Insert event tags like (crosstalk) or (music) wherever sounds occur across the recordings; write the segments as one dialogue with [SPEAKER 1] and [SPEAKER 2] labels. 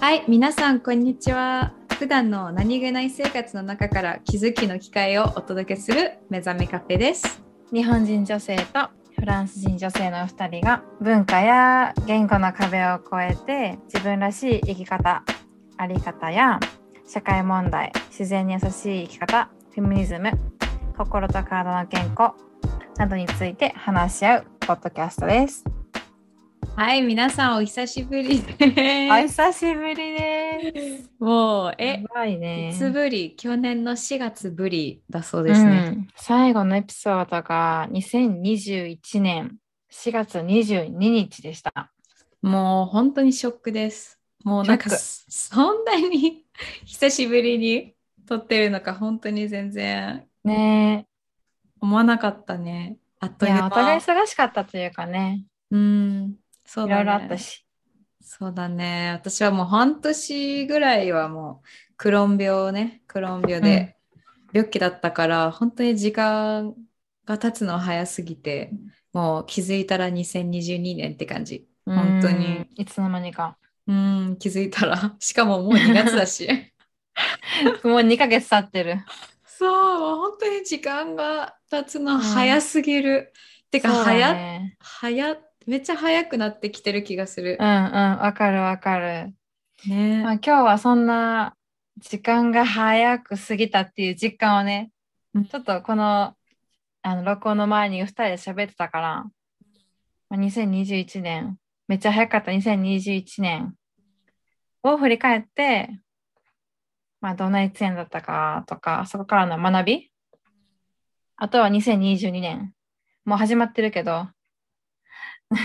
[SPEAKER 1] はい、皆さんこんにちは。普段の何気ない生活の中から気づきの機会をお届けする目覚めカフェです。
[SPEAKER 2] 日本人女性とフランス人女性のお二人が文化や言語の壁を越えて自分らしい生き方あり方や社会問題自然に優しい生き方フェミニズム心と体の健康などについて話し合うポッドキャストです。
[SPEAKER 1] はい、皆さんお久しぶりです。
[SPEAKER 2] お久しぶりです。
[SPEAKER 1] もう、
[SPEAKER 2] や
[SPEAKER 1] え、
[SPEAKER 2] ばいね。
[SPEAKER 1] いつぶり去年の4月ぶりだそうですね。
[SPEAKER 2] うん最後のエピソードが2021年4月22日でした。
[SPEAKER 1] もう本当にショックです。もうなんか
[SPEAKER 2] ショッ
[SPEAKER 1] そんなに (laughs) 久しぶりに撮ってるのか本当に全然
[SPEAKER 2] ねえ
[SPEAKER 1] 思わなかったね。あっと
[SPEAKER 2] い
[SPEAKER 1] いう
[SPEAKER 2] や、お互い
[SPEAKER 1] 間。
[SPEAKER 2] 忙しかったというかね、
[SPEAKER 1] うん、そう
[SPEAKER 2] い
[SPEAKER 1] だね
[SPEAKER 2] ろいろあったし。
[SPEAKER 1] そうだね。私はもう半年ぐらいはもうクローン病ね、クローン病で病気だったから、本当に時間が経つの早すぎて、もう気づいたら2022年って感じ。本当に
[SPEAKER 2] うん。いつの間にか。
[SPEAKER 1] うん、気づいたら。 (laughs) しかももう2月だし。
[SPEAKER 2] もう2ヶ月経ってる。
[SPEAKER 1] (laughs) そう、もう本当に時間が経つの早すぎる。てか、
[SPEAKER 2] そうだ
[SPEAKER 1] 早、
[SPEAKER 2] ね、
[SPEAKER 1] 早、めっちゃ早くなってきてる気がする
[SPEAKER 2] うん。うん、わかるわかる。
[SPEAKER 1] ね
[SPEAKER 2] まあ、今日はそんな時間が早く過ぎたっていう実感をね
[SPEAKER 1] うん、
[SPEAKER 2] ちょっとこのあの録音の前に2人で喋ってたから、まあ、2021年、めっちゃ早かった2021年を振り返って、まあ、どんな一年だったかとか、そこからの学びあとは2022年。もう始まってるけど、 (laughs) ま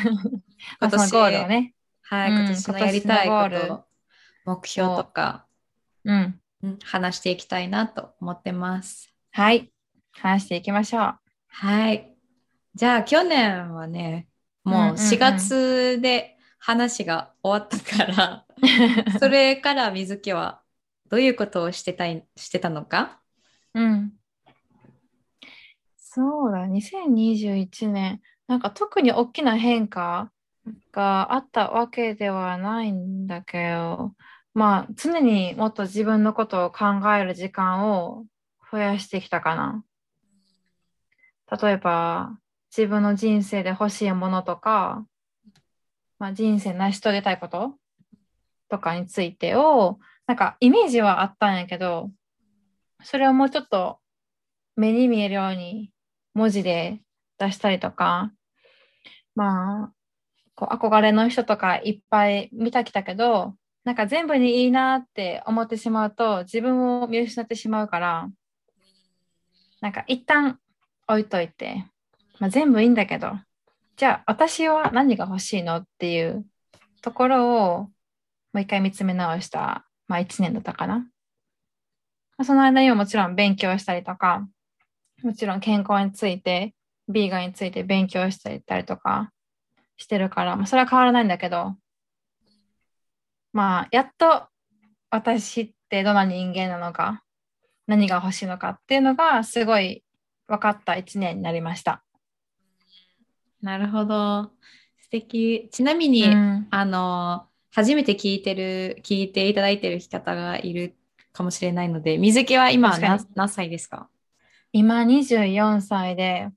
[SPEAKER 2] あそのゴールをね。
[SPEAKER 1] はい、
[SPEAKER 2] うん
[SPEAKER 1] 今年のやりたい
[SPEAKER 2] 今
[SPEAKER 1] こ
[SPEAKER 2] 年のゴー
[SPEAKER 1] と、目標とか、
[SPEAKER 2] うん。
[SPEAKER 1] うん話していきたいなと思ってます。
[SPEAKER 2] はい。話していきましょう。
[SPEAKER 1] はい。じゃあ、去年はね、
[SPEAKER 2] うんうん
[SPEAKER 1] もう
[SPEAKER 2] うん
[SPEAKER 1] 4月で話が終わったから、
[SPEAKER 2] (laughs)
[SPEAKER 1] それから水木はどういうことをしてたい、してたのか
[SPEAKER 2] うん。そうだ、2021年。なんか特に大きな変化があったわけではないんだけど、まあ常にもっと自分のことを考える時間を増やしてきたかな。例えば、自分の人生で欲しいものとか、まあ、人生成し遂げたいこととかについてを、なんかイメージはあったんやけど、それをもうちょっと目に見えるように文字で出したりとか、まあ、こう憧れの人とかいっぱい見たきたけど、なんか全部にいいなって思ってしまうと自分を見失ってしまうから、なんか一旦置いといて、まあ、全部いいんだけど、じゃあ私は何が欲しいのっていうところをもう一回見つめ直した、まあ一年だったかな。まあその間にももちろん勉強したりとか、もちろん健康について、ビーガンについて勉強したりとかしてるから、まあ、それは変わらないんだけど、まあ、やっと私ってどんな人間なのか、何が欲しいのかっていうのがすごい分かった一年になりました。
[SPEAKER 1] なるほど。素敵。ちなみに、
[SPEAKER 2] うん
[SPEAKER 1] あの、初めて聞いてる、聞いていただいてる方がいるかもしれないので、水木は今
[SPEAKER 2] 確かに
[SPEAKER 1] 何何歳ですか
[SPEAKER 2] 今24歳で、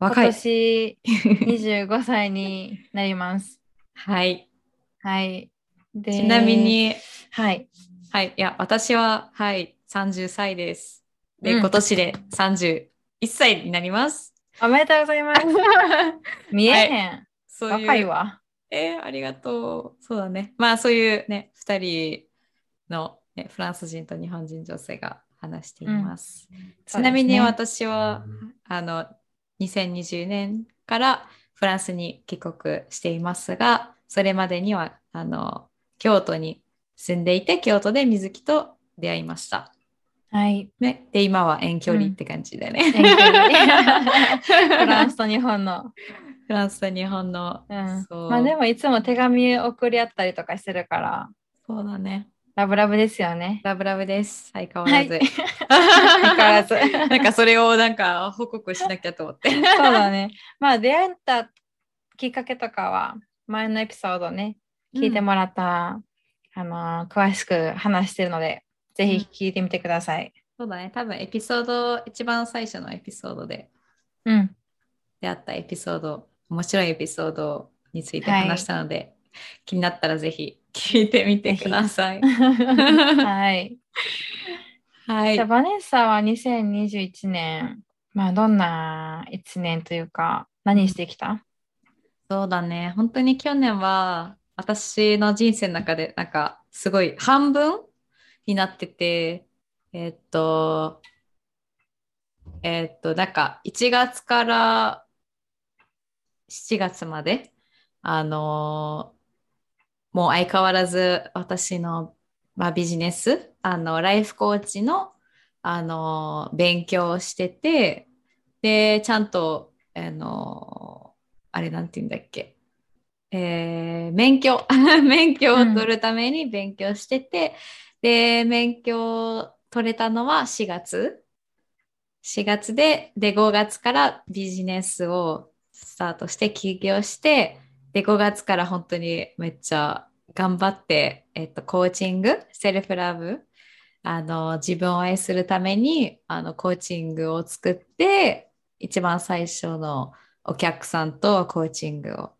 [SPEAKER 2] 今
[SPEAKER 1] 若い。
[SPEAKER 2] 年25歳になります。
[SPEAKER 1] はい。
[SPEAKER 2] はい。で
[SPEAKER 1] ちなみ、に、
[SPEAKER 2] はい。
[SPEAKER 1] はい、いや、私は、はい、30歳です。で、
[SPEAKER 2] うん
[SPEAKER 1] 今年で31歳になり
[SPEAKER 2] (laughs)
[SPEAKER 1] ます。
[SPEAKER 2] おめでとうございます。見えへん。
[SPEAKER 1] そういう、
[SPEAKER 2] 若いわ。
[SPEAKER 1] えーありがとう。そうだね。まあ、そういうね、2人の、ね、フランス人と日本人女性が話しています。ちなみに
[SPEAKER 2] そうで
[SPEAKER 1] 私は、あの、2020年からフランスに帰国していますが、それまでには、あの、京都に住んでいて、京都で水木と出会いました。
[SPEAKER 2] はい。
[SPEAKER 1] ね、で今は遠距離って感じだね。
[SPEAKER 2] 遠距
[SPEAKER 1] フ
[SPEAKER 2] 離 (laughs) フ
[SPEAKER 1] ラ
[SPEAKER 2] ラ
[SPEAKER 1] ン
[SPEAKER 2] ン
[SPEAKER 1] ス
[SPEAKER 2] スと日本の。
[SPEAKER 1] (laughs) フランスと日本の、
[SPEAKER 2] うん。
[SPEAKER 1] そう
[SPEAKER 2] まあでもいつも手紙送り合ったりとかしてるから、
[SPEAKER 1] そうだね。
[SPEAKER 2] ラブラブですよね。
[SPEAKER 1] ラブラブです。相変わらず。 (laughs)
[SPEAKER 2] は
[SPEAKER 1] 相
[SPEAKER 2] 相変わらず
[SPEAKER 1] なんかそれをなんか報告しなきゃと思って。
[SPEAKER 2] (laughs) (laughs) そうだね。まあ出会ったきっかけとかは、前のエピソードね、聞いてもらったあのー詳しく話してるので、ぜひ聞いてみてください。
[SPEAKER 1] そうだね。多分エピソード、一番最初のエピソードで
[SPEAKER 2] うん。
[SPEAKER 1] 出会ったエピソード、面白いエピソードについて話したので、気になったらぜひ聞いてみてください。
[SPEAKER 2] (laughs) はい。
[SPEAKER 1] はい
[SPEAKER 2] じゃあ、。バネッサは2021年、まあ、どんな1年というか、何してきた
[SPEAKER 1] そうだね。本当に去年は私の人生の中でなんかすごい半分になってて、えーっと、えーっと、なんか1月から7月まで、あのーもう相変わらず私の、まあ、ビジネス、あの、ライフコーチの、あのー勉強をしてて、で、ちゃんと、あのーあれなんて言うんだっけ、えー免許 (laughs) 免許を取るために勉強してて、で免許を取れたのは4月4月でで5月からビジネスをスタートして起業してで5月から本当にめっちゃ頑張って、えっと、コーチングセルフラブあの自分を愛するためにあのコーチングを作って一番最初のお客さんとコーチングを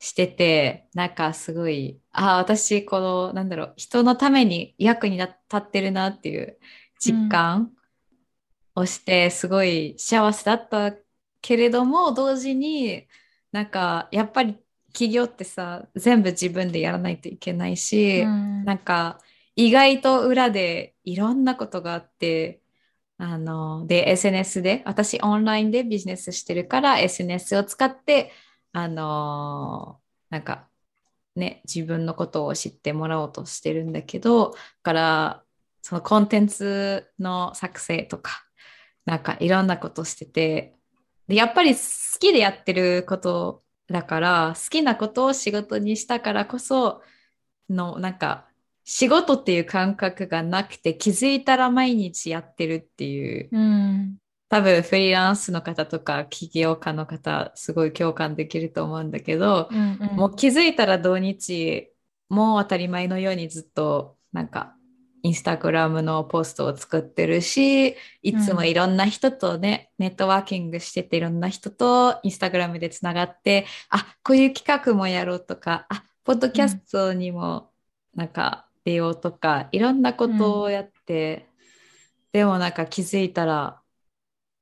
[SPEAKER 1] しててなんかすごいああ私このなんだろう人のために役に立ってるなっていう実感をして、すごい幸せだったけれども同時になんかやっぱり企業ってさ全部自分でやらないといけないし、
[SPEAKER 2] うん
[SPEAKER 1] なんか意外と裏でいろんなことがあってあので SNS で私オンラインでビジネスしてるから SNS を使ってあのなんかね自分のことを知ってもらおうとしてるんだけどだからそのコンテンツの作成とかなんかいろんなことしててでやっぱり好きでやってることだから好きなことを仕事にしたからこそのなんか仕事っていう感覚がなくて気づいたら毎日やってるっていう
[SPEAKER 2] うん。
[SPEAKER 1] 多分フリーランスの方とか起業家の方すごい共感できると思うんだけど
[SPEAKER 2] うんうん
[SPEAKER 1] もう気づいたら土日もう当たり前のようにずっとなんかインスタグラムのポストを作ってるしいつもいろんな人とね、ネットワーキングしてていろんな人とインスタグラムでつながってあこういう企画もやろうとかあポッドキャストにもなんか出ようとか、いろんなことをやって、でもなんか気づいたら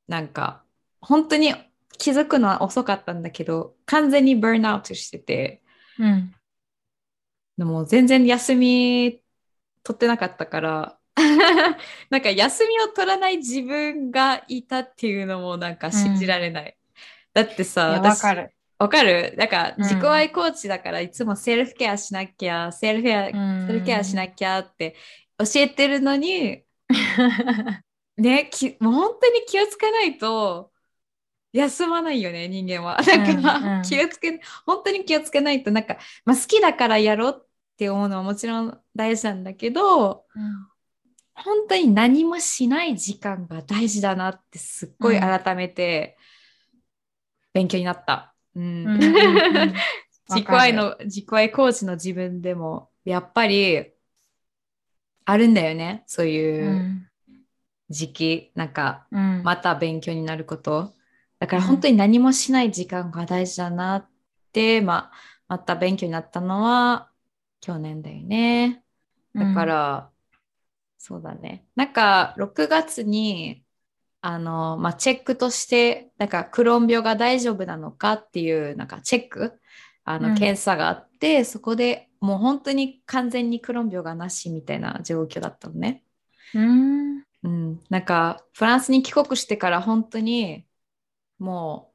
[SPEAKER 1] なんか本当に気づくのは遅かったんだけど完全にバーンアウトしてて
[SPEAKER 2] うん。
[SPEAKER 1] でも全然休み取ってなかったから
[SPEAKER 2] (laughs)
[SPEAKER 1] なんか休みを取らない自分がいたっていうのもなんか信じられない、だって
[SPEAKER 2] い
[SPEAKER 1] さ
[SPEAKER 2] やわかる。
[SPEAKER 1] わかるだから
[SPEAKER 2] うん
[SPEAKER 1] 自己愛コーチだからいつもセルフケアしなきゃセルフケア、
[SPEAKER 2] うん
[SPEAKER 1] セルフケアしなきゃって教えてるのにねきもう本当に気をつけないと休まないよね人間は。だから、
[SPEAKER 2] うんうん
[SPEAKER 1] 気をつけ本当に気をつけないとなんか、まあ、好きだからやろうって思うのはもちろん大事なんだけど本当に何もしない時間が大事だなってすっごい改めて勉強になった。うん
[SPEAKER 2] うんうんうんうん
[SPEAKER 1] 自己愛の自己愛コーチの自分でもやっぱりあるんだよねそう
[SPEAKER 2] う
[SPEAKER 1] いうん時期、なんか
[SPEAKER 2] うん
[SPEAKER 1] また勉強になることだから本当に何もしない時間が大事だなって、まあ、また勉強になったのは去年だよねだから、そうだねなんか6月にあの、まあ、チェックとしてなんかクローン病が大丈夫なのかっていうなんかチェックあの
[SPEAKER 2] うん
[SPEAKER 1] 検査があって、そこでもう本当に完全にクローン病がなしみたいな状況だったのね。
[SPEAKER 2] うん、うん
[SPEAKER 1] うん、なんかフランスに帰国してから本当にも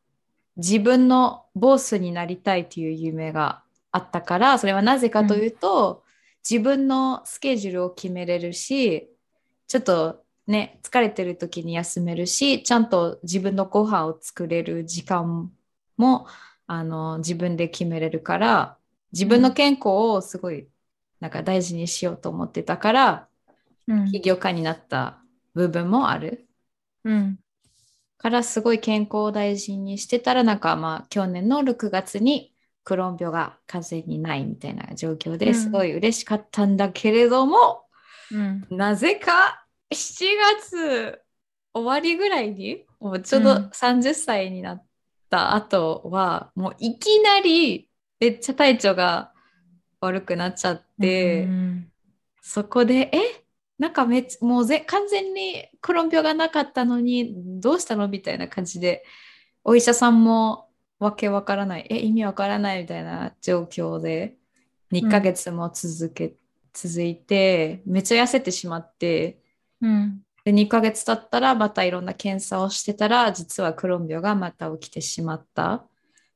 [SPEAKER 1] う自分のボスになりたいという夢があったからそれはなぜかというと、自分のスケジュールを決めれるしちょっとね疲れてる時に休めるしちゃんと自分のご飯を作れる時間もあの自分で決めれるから自分の健康をすごいなんか大事にしようと思ってたから、
[SPEAKER 2] うん
[SPEAKER 1] 起業家になった部分もある
[SPEAKER 2] うん
[SPEAKER 1] からすごい健康を大事にしてたらなんかまあ去年の6月にクローン病が風邪にないみたいな状況
[SPEAKER 2] う
[SPEAKER 1] で
[SPEAKER 2] ん
[SPEAKER 1] すごい嬉しかったんだけれども、
[SPEAKER 2] うん。
[SPEAKER 1] なぜか7月終わりぐらいにもうちょうど
[SPEAKER 2] うん
[SPEAKER 1] 30歳になった後は、もういきなりめっちゃ体調が悪くなっちゃって。
[SPEAKER 2] うん
[SPEAKER 1] そこで、えなんかめっちゃ、もうぜ完全にクロン病がなかったのに、どうしたのみたいな感じで、お医者さんもわけわからない、え、意味わからないみたいな状況で、2ヶ月も続け、続いて、めっちゃ痩せてしまって、
[SPEAKER 2] うん。
[SPEAKER 1] で、2ヶ月経ったら、またいろんな検査をしてたら、実はクロン病がまた起きてしまった。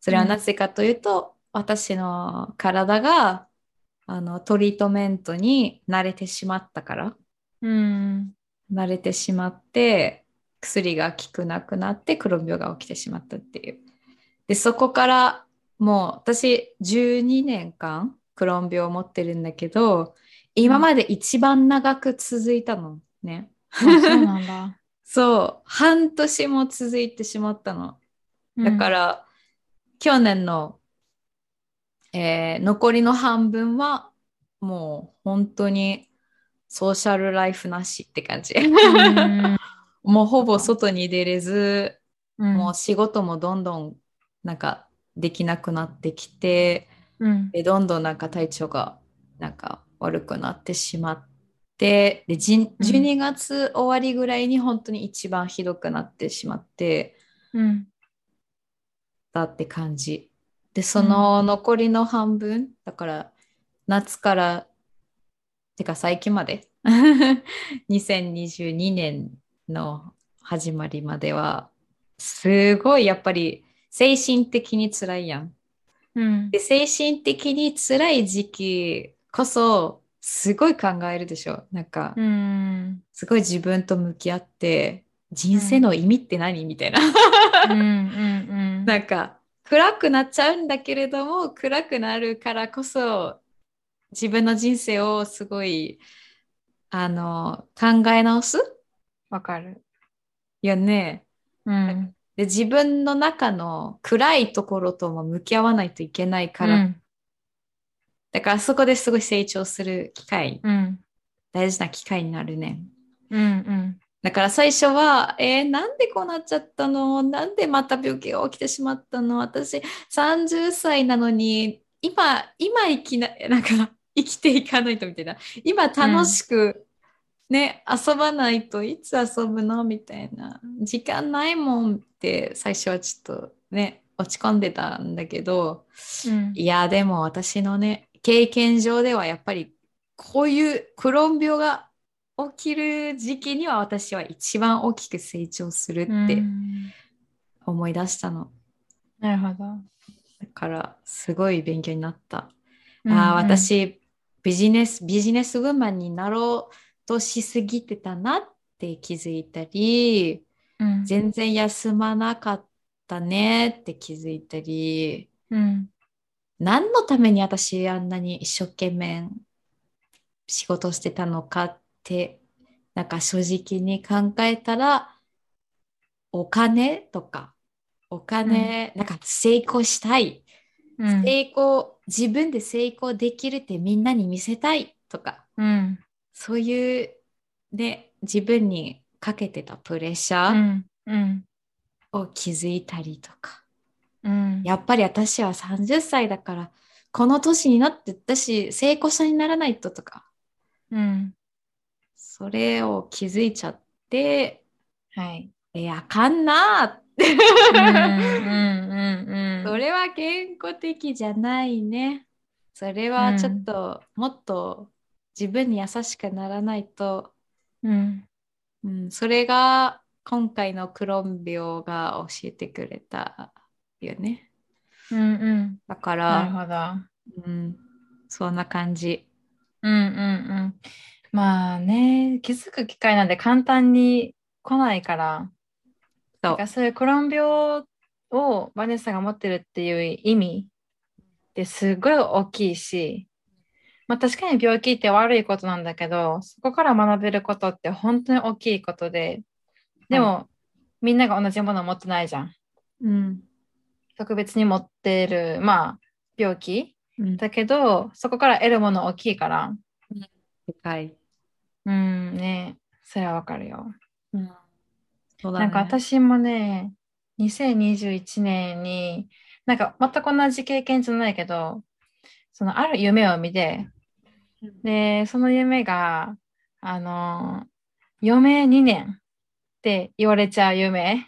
[SPEAKER 1] それはなぜかというと、私の体が、あの、トリートメントに慣れてしまったから、
[SPEAKER 2] うん。
[SPEAKER 1] 慣れてしまって、薬が効くなくなって、クロン病が起きてしまったっていう。で、そこから、もう私12年間、クロン病を持ってるんだけど、今まで一番長く続いたのね。
[SPEAKER 2] あそうな
[SPEAKER 1] (laughs)
[SPEAKER 2] んだ。、
[SPEAKER 1] そう、半年も続いてしまったの。だからら、去年の、えー残りの半分は、もう本当にソーシャルライフなしって感じ。もうほぼ外に出れず、
[SPEAKER 2] うん
[SPEAKER 1] もう仕事もどんどんなんかできなくなってきて、
[SPEAKER 2] うん。
[SPEAKER 1] でどんどんなんか体調がなんか悪くなってしまってでじん
[SPEAKER 2] うん
[SPEAKER 1] 12月終わりぐらいに本当に一番ひどくなってしまって
[SPEAKER 2] うん。
[SPEAKER 1] たって感じでその残りの半分、だから夏からてか最近まで (laughs) 2022年の始まりまではすごいやっぱり精神的に辛いやん。
[SPEAKER 2] うん。
[SPEAKER 1] で精神的に辛い時期こそすごい考えるでしょなんか
[SPEAKER 2] うん。
[SPEAKER 1] すごい自分と向き合って人生の意味って何みたいな
[SPEAKER 2] うん。うん。
[SPEAKER 1] なんか暗くなっちゃうんだけれども暗くなるからこそ自分の人生をすごいあの考え直す
[SPEAKER 2] わかる。
[SPEAKER 1] よね
[SPEAKER 2] うん。
[SPEAKER 1] で自分の中の暗いところとも向き合わないといけないから、だからそこですごい成長する機会
[SPEAKER 2] うん。
[SPEAKER 1] 大事な機会になるね。
[SPEAKER 2] うん。うん。
[SPEAKER 1] だから最初は、えーなんでこうなっちゃったのなんでまた病気が起きてしまったの私30歳なのに、今、今生きな、なんか生きていかないとみたいな。今楽しく、ね、遊ばないといつ遊ぶのみたいな。時間ないもんって最初はちょっとね、落ち込んでたんだけど、
[SPEAKER 2] うん。
[SPEAKER 1] いや、でも私のね、経験上ではやっぱりこういうクローン病が起きる時期には私は一番大きく成長するっ
[SPEAKER 2] う
[SPEAKER 1] て
[SPEAKER 2] ん
[SPEAKER 1] 思い出したの。
[SPEAKER 2] なるほど。
[SPEAKER 1] だからすごい勉強になった。
[SPEAKER 2] うん
[SPEAKER 1] ああ、。私ビジネス、ビジネスウーマンになろうとしすぎてたなって気づいたり、
[SPEAKER 2] うん。
[SPEAKER 1] 全然休まなかったねって気づいたり、
[SPEAKER 2] うん。
[SPEAKER 1] 何のために私あんなに一生懸命仕事してたのかってなんか正直に考えたらお金とかお金、なんか成功したい、
[SPEAKER 2] うん。
[SPEAKER 1] 成功自分で成功できるってみんなに見せたいとか
[SPEAKER 2] うん。
[SPEAKER 1] そういうね自分にかけてたプレッシ
[SPEAKER 2] う
[SPEAKER 1] ャー
[SPEAKER 2] ん。うん。
[SPEAKER 1] を気づいたりとか。
[SPEAKER 2] うん。
[SPEAKER 1] やっぱり私は30歳だから、この年になって私、成功者にならないととか、
[SPEAKER 2] うん。
[SPEAKER 1] それを気づいちゃって、
[SPEAKER 2] はい。
[SPEAKER 1] いや、あかんなーって。
[SPEAKER 2] うん。うん。
[SPEAKER 1] (laughs) それは健康的じゃないね。それはちょっと、もっと自分に優しくならないと、
[SPEAKER 2] うん。
[SPEAKER 1] うん、それが今回のクロン病が教えてくれたよね。
[SPEAKER 2] うん。うん。
[SPEAKER 1] だか
[SPEAKER 2] なる
[SPEAKER 1] ら、
[SPEAKER 2] ほど。
[SPEAKER 1] うん、そんな感じ。
[SPEAKER 2] うんうんうん。まあね、気づく機会なんで簡単に来ないから、
[SPEAKER 1] そ
[SPEAKER 2] な
[SPEAKER 1] うん
[SPEAKER 2] かそういうコロン病をバネッサが持ってるっていう意味ってすごい大きいし、まあ確かに病気って悪いことなんだけど、そこから学べることって本当に大きいことで、でも、みんなが同じものを持ってないじゃん。
[SPEAKER 1] うん、
[SPEAKER 2] 特別に持ってる、まあ、病気
[SPEAKER 1] うん
[SPEAKER 2] だけど、そこから得るもの大きいから。
[SPEAKER 1] でかい。
[SPEAKER 2] うんね、それはわかるよ。
[SPEAKER 1] そうだ
[SPEAKER 2] な
[SPEAKER 1] ね
[SPEAKER 2] んか、私もね、2021年に、なんか全く同じ経験じゃないけど、そのある夢を見て、で、その夢が、あの、余命2年って言われちゃう夢。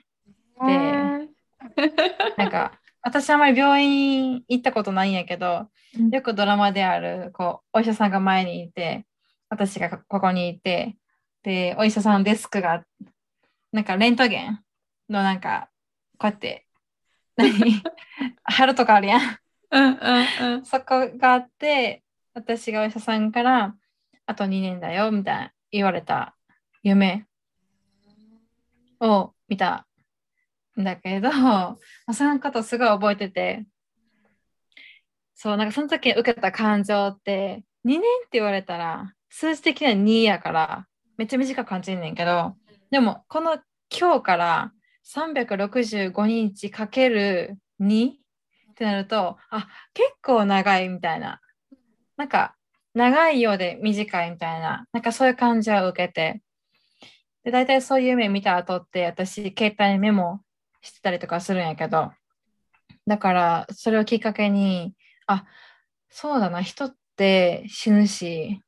[SPEAKER 1] で、 (laughs)
[SPEAKER 2] なんか、私あんまり病院行ったことないんやけど、よくドラマである、こう、お医者さんが前にいて、私がここにいて、で、お医者さんのデスクが、なんかレントゲンのなんか、こうやって、何 (laughs) 貼るとかあるやん。
[SPEAKER 1] うんうんうん。
[SPEAKER 2] そこがあって、私がお医者さんから、あと2年だよ、みたいな言われた夢を見たんだけど、まあそのことすごい覚えてて、そう、なんかその時に受けた感情って、2年って言われたら、数字的には2やから、めっちゃ短く感じんねんけど、でも、この今日から365日かける2ってなると、あ、結構長いみたいな。なんか、長いようで短いみたいな。なんかそういう感じは受けて。で、大体そういう夢見た後って、私、携帯にメモしてたりとかするんやけど。だから、それをきっかけに、あ、そうだな、人って死ぬし、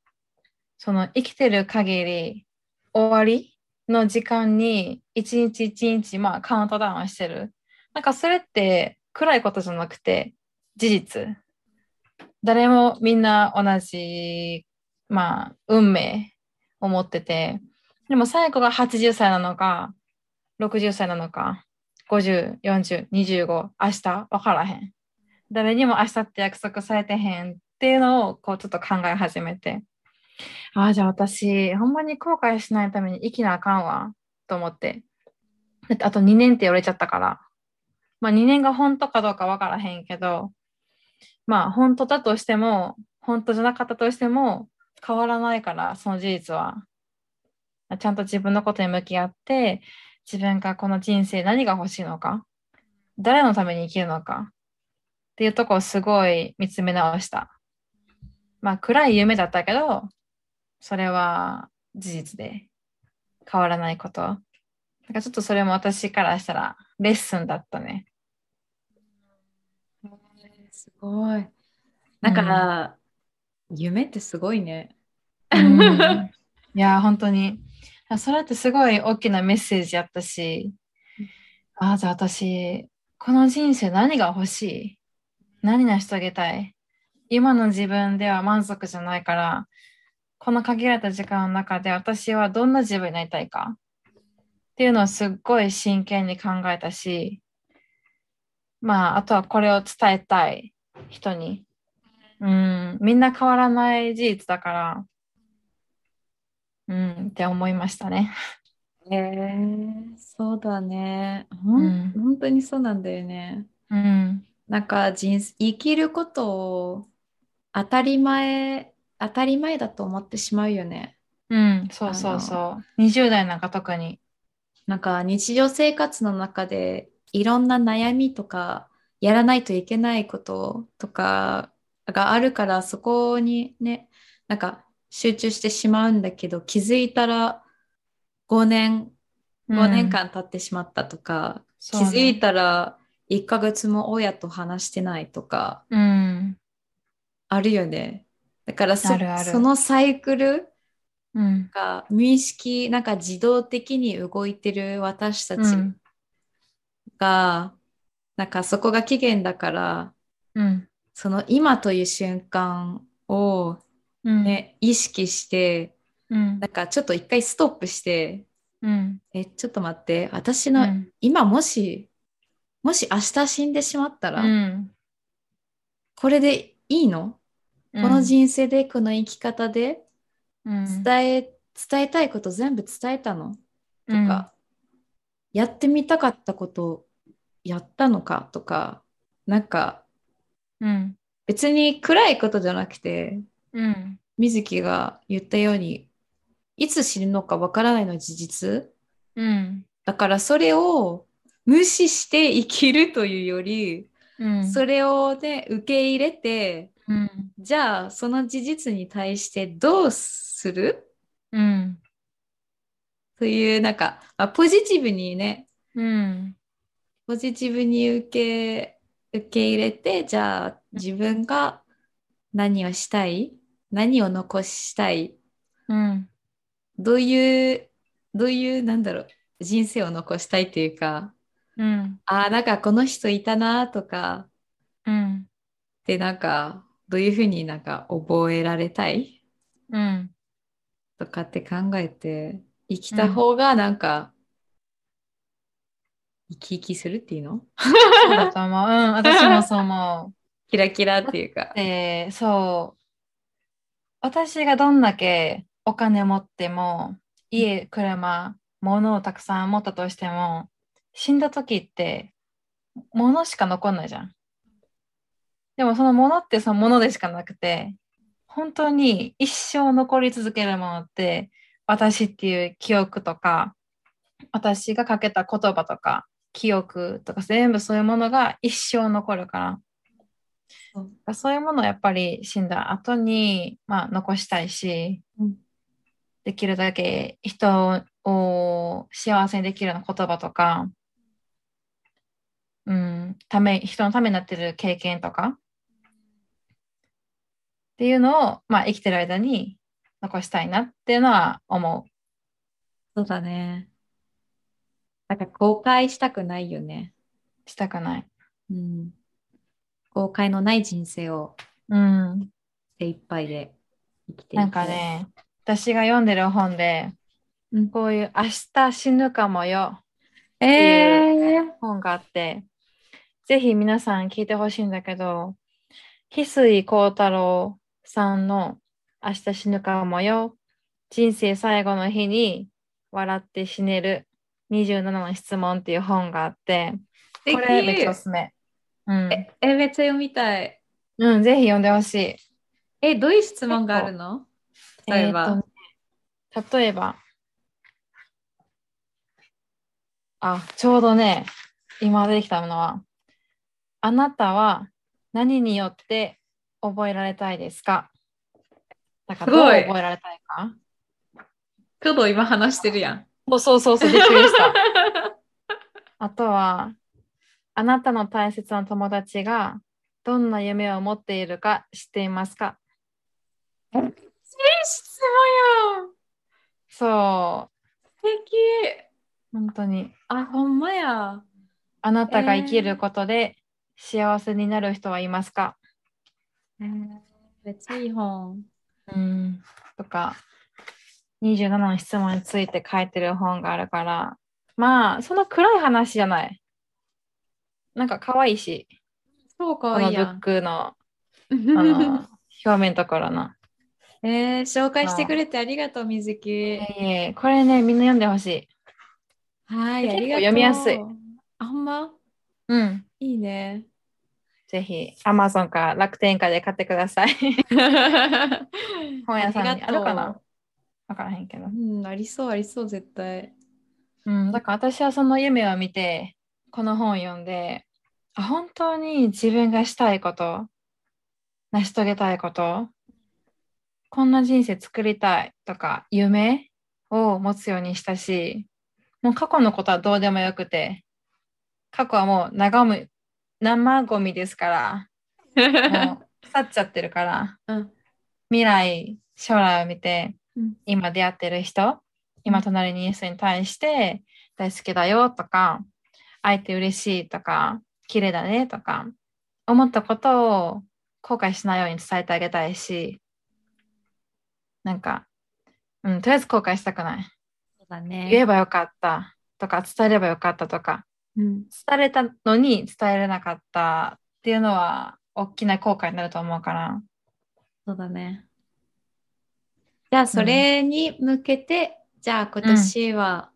[SPEAKER 2] その生きてる限り、終わりの時間に、一日一日、まあ、カウントダウンしてる。なんかそれって、暗いことじゃなくて、事実誰もみんな同じ、まあ、運命を持っててでも最後が80歳なのか60歳なのか504025明日分からへん誰にも明日って約束されてへんっていうのをこうちょっと考え始めてああじゃあ私ほんまに後悔しないために生きなあかんわと思ってだってあと2年って言われちゃったからまあ2年が本当かどうかわからへんけど、まあ本当だとしても、本当じゃなかったとしても変わらないから、その事実は。ちゃんと自分のことに向き合って、自分がこの人生何が欲しいのか、誰のために生きるのかっていうとこをすごい見つめ直した。まあ暗い夢だったけど、それは事実で変わらないこと。だからちょっとそれも私からしたらレッスンだったね。
[SPEAKER 1] すごい。だから、夢ってすごいね。
[SPEAKER 2] うんいやー本当にそれってすごい大きなメッセージやったしああじゃあ私この人生何が欲しい何成し遂げたい今の自分では満足じゃないからこの限られた時間の中で私はどんな自分になりたいかっていうのをすっごい真剣に考えたしまああとはこれを伝えたい人にうんみんな変わらない事実だからうん、って思いましたね。
[SPEAKER 1] へえそうだね。ほん、
[SPEAKER 2] うん
[SPEAKER 1] 本当にそうなんだよね。
[SPEAKER 2] うん、
[SPEAKER 1] なんか人生生きることを当たり前当たり前だと思ってしまうよね。
[SPEAKER 2] うん、そうそうそう。20代なんか特に。
[SPEAKER 1] なんか日常生活の中でいろんな悩みとかやらないといけないこととかがあるからそこにねなんか集中してしまうんだけど気づいたら5年5年間経ってしまったとか、
[SPEAKER 2] 気
[SPEAKER 1] 気づいたら1ヶ月も親と話してないとか
[SPEAKER 2] うん、
[SPEAKER 1] あるよね。だからそ
[SPEAKER 2] あるある
[SPEAKER 1] そのサイクル
[SPEAKER 2] うん、
[SPEAKER 1] が無意識なんか自動的に動いてる私たち
[SPEAKER 2] うん、
[SPEAKER 1] が、なんかそこが期限だから
[SPEAKER 2] うん、
[SPEAKER 1] その今という瞬間を、
[SPEAKER 2] うん、
[SPEAKER 1] ね意識して
[SPEAKER 2] うん
[SPEAKER 1] なん、かちょっと一回ストップして
[SPEAKER 2] うん、
[SPEAKER 1] えちょっと待って私
[SPEAKER 2] う
[SPEAKER 1] の、
[SPEAKER 2] ん、
[SPEAKER 1] 今もしもし明日死んでしまったら、
[SPEAKER 2] うん、
[SPEAKER 1] これでいいの、この人生でこの生き方で
[SPEAKER 2] 伝
[SPEAKER 1] 伝え伝えたいこと全部伝えたのとか、やってみたかったことやったのかとかなんか
[SPEAKER 2] うん、
[SPEAKER 1] 別に暗いことじゃなくて
[SPEAKER 2] うん、
[SPEAKER 1] 水木が言ったようにいつ死ぬのかわからないのは事実
[SPEAKER 2] うん、
[SPEAKER 1] だからそれを無視して生きるというより
[SPEAKER 2] うん
[SPEAKER 1] それをね受け入れて
[SPEAKER 2] うん
[SPEAKER 1] じゃあその事実に対してどうする
[SPEAKER 2] うん
[SPEAKER 1] というなんか、まあ、ポジティブにね
[SPEAKER 2] うん
[SPEAKER 1] ポジティブに受け受け入れてじゃあ自分が何をしたい何を残したい
[SPEAKER 2] うん
[SPEAKER 1] どういうどういうなんだろう人生を残したいっていうか
[SPEAKER 2] うん
[SPEAKER 1] あーなんかこの人いたなとか
[SPEAKER 2] うん
[SPEAKER 1] でなんかどういうふうになんか覚えられたい
[SPEAKER 2] うん
[SPEAKER 1] とかって考えて生きた方がなんか、生き生きするっていうの
[SPEAKER 2] そうだと思う。うん、私もそう思う。
[SPEAKER 1] キラキラっていうか。
[SPEAKER 2] で、そう。私がどんだけお金持っても、家、車、物をたくさん持ったとしても、死んだ時って、物しか残んないじゃん。でもその物ってその物でしかなくて、本当に一生残り続けるものって、私っていう記憶とか、私がかけた言葉とか、記憶とか全部そういうものが一生残るから。そういうものをやっぱり死んだ後に、まあ、残したいし、
[SPEAKER 1] うん
[SPEAKER 2] できるだけ人を幸せにできるような言葉とか、うん、ため人のためになってる経験とかっていうのを、まあ、生きてる間に残したいなっていうのは思
[SPEAKER 1] そうだね。なんか後悔したくないよね。
[SPEAKER 2] うしたくない。
[SPEAKER 1] うん。後悔のない人生を
[SPEAKER 2] うん、
[SPEAKER 1] 精一杯で生きてい
[SPEAKER 2] なんか。ね私が読んでる本で
[SPEAKER 1] うん、
[SPEAKER 2] こういう「明日死ぬかもよ」
[SPEAKER 1] えー、
[SPEAKER 2] 本があって、ぜひ皆さん聞いてほしいんだけど、翡翠幸太郎さんの明日死ぬかもよ、人生最後の日に笑って死ねる27の質問っていう本があって、
[SPEAKER 1] 素
[SPEAKER 2] こ
[SPEAKER 1] 敵
[SPEAKER 2] れめっちゃおすすめ。うん、
[SPEAKER 1] え、めっちゃ読みたい。
[SPEAKER 2] うん、ぜひ読んでほしい。
[SPEAKER 1] え、どういう質問があるの例えば
[SPEAKER 2] ーとね例えば。あ、ちょうどね、今出てきたものは、あなたは何によって覚えられたいですかだから
[SPEAKER 1] す
[SPEAKER 2] どう
[SPEAKER 1] ごい
[SPEAKER 2] 覚えられたいか
[SPEAKER 1] ちょうど今話してるやん。
[SPEAKER 2] そうそうそうそう、びっくりした。 (laughs) あとは、あなたの大切な友達がどんな夢を持っているか知っていますか
[SPEAKER 1] 質問よ
[SPEAKER 2] そ
[SPEAKER 1] 素敵
[SPEAKER 2] う、本当に。
[SPEAKER 1] あ、ほんまや。
[SPEAKER 2] あなたが生きることで幸せになる人はいますか、
[SPEAKER 1] えー、めっちゃいい本。
[SPEAKER 2] うんとか27の質問について書いてる本があるからまあそんな暗い話じゃないなんか可愛いし
[SPEAKER 1] そうか
[SPEAKER 2] こ
[SPEAKER 1] わ
[SPEAKER 2] の
[SPEAKER 1] いい
[SPEAKER 2] ブ
[SPEAKER 1] や
[SPEAKER 2] ッ
[SPEAKER 1] ん。
[SPEAKER 2] クの
[SPEAKER 1] (laughs)
[SPEAKER 2] あの表面のところの
[SPEAKER 1] えー、紹介してくれてありがとう、みずき
[SPEAKER 2] い。えいえこれねみんな読んでほしい
[SPEAKER 1] はい、あ
[SPEAKER 2] 結構
[SPEAKER 1] りがとう。
[SPEAKER 2] 読みやすい。
[SPEAKER 1] あほんま
[SPEAKER 2] うん
[SPEAKER 1] いい
[SPEAKER 2] (laughs)
[SPEAKER 1] ね。
[SPEAKER 2] ぜひ Amazon か楽天かで買ってください (laughs)
[SPEAKER 1] 本
[SPEAKER 2] 本屋さんに
[SPEAKER 1] あ
[SPEAKER 2] あるか
[SPEAKER 1] りが
[SPEAKER 2] な
[SPEAKER 1] と
[SPEAKER 2] わからへんけど
[SPEAKER 1] ううん、ありそう、ありそう、絶対。
[SPEAKER 2] うん、だから私はその夢を見て、この本を読んで、あ本当に自分がしたいこと、成し遂げたいこと、こんな人生作りたいとか、夢を持つようにしたし、もう過去のことはどうでもよくて、過去はもう長む、生ゴミですから、も (laughs) う腐っちゃってるから、
[SPEAKER 1] うん
[SPEAKER 2] 未来、将来を見て、
[SPEAKER 1] うん
[SPEAKER 2] 今出会ってる人、今隣にいる人に対して、大好きだよとか、会えて嬉しいとか、綺麗だねとか、思ったことを後悔しないように伝えてあげたいし、なんか、うん、とりあえず後悔したくない。
[SPEAKER 1] そうだね。
[SPEAKER 2] 言えばよかったとか、伝えればよかったとか、
[SPEAKER 1] うん、
[SPEAKER 2] 伝えれたのに伝えれなかったっていうのは、大きな後悔になると思うから、
[SPEAKER 1] そうだね。じゃあ、それに向けて、じゃあ、今年は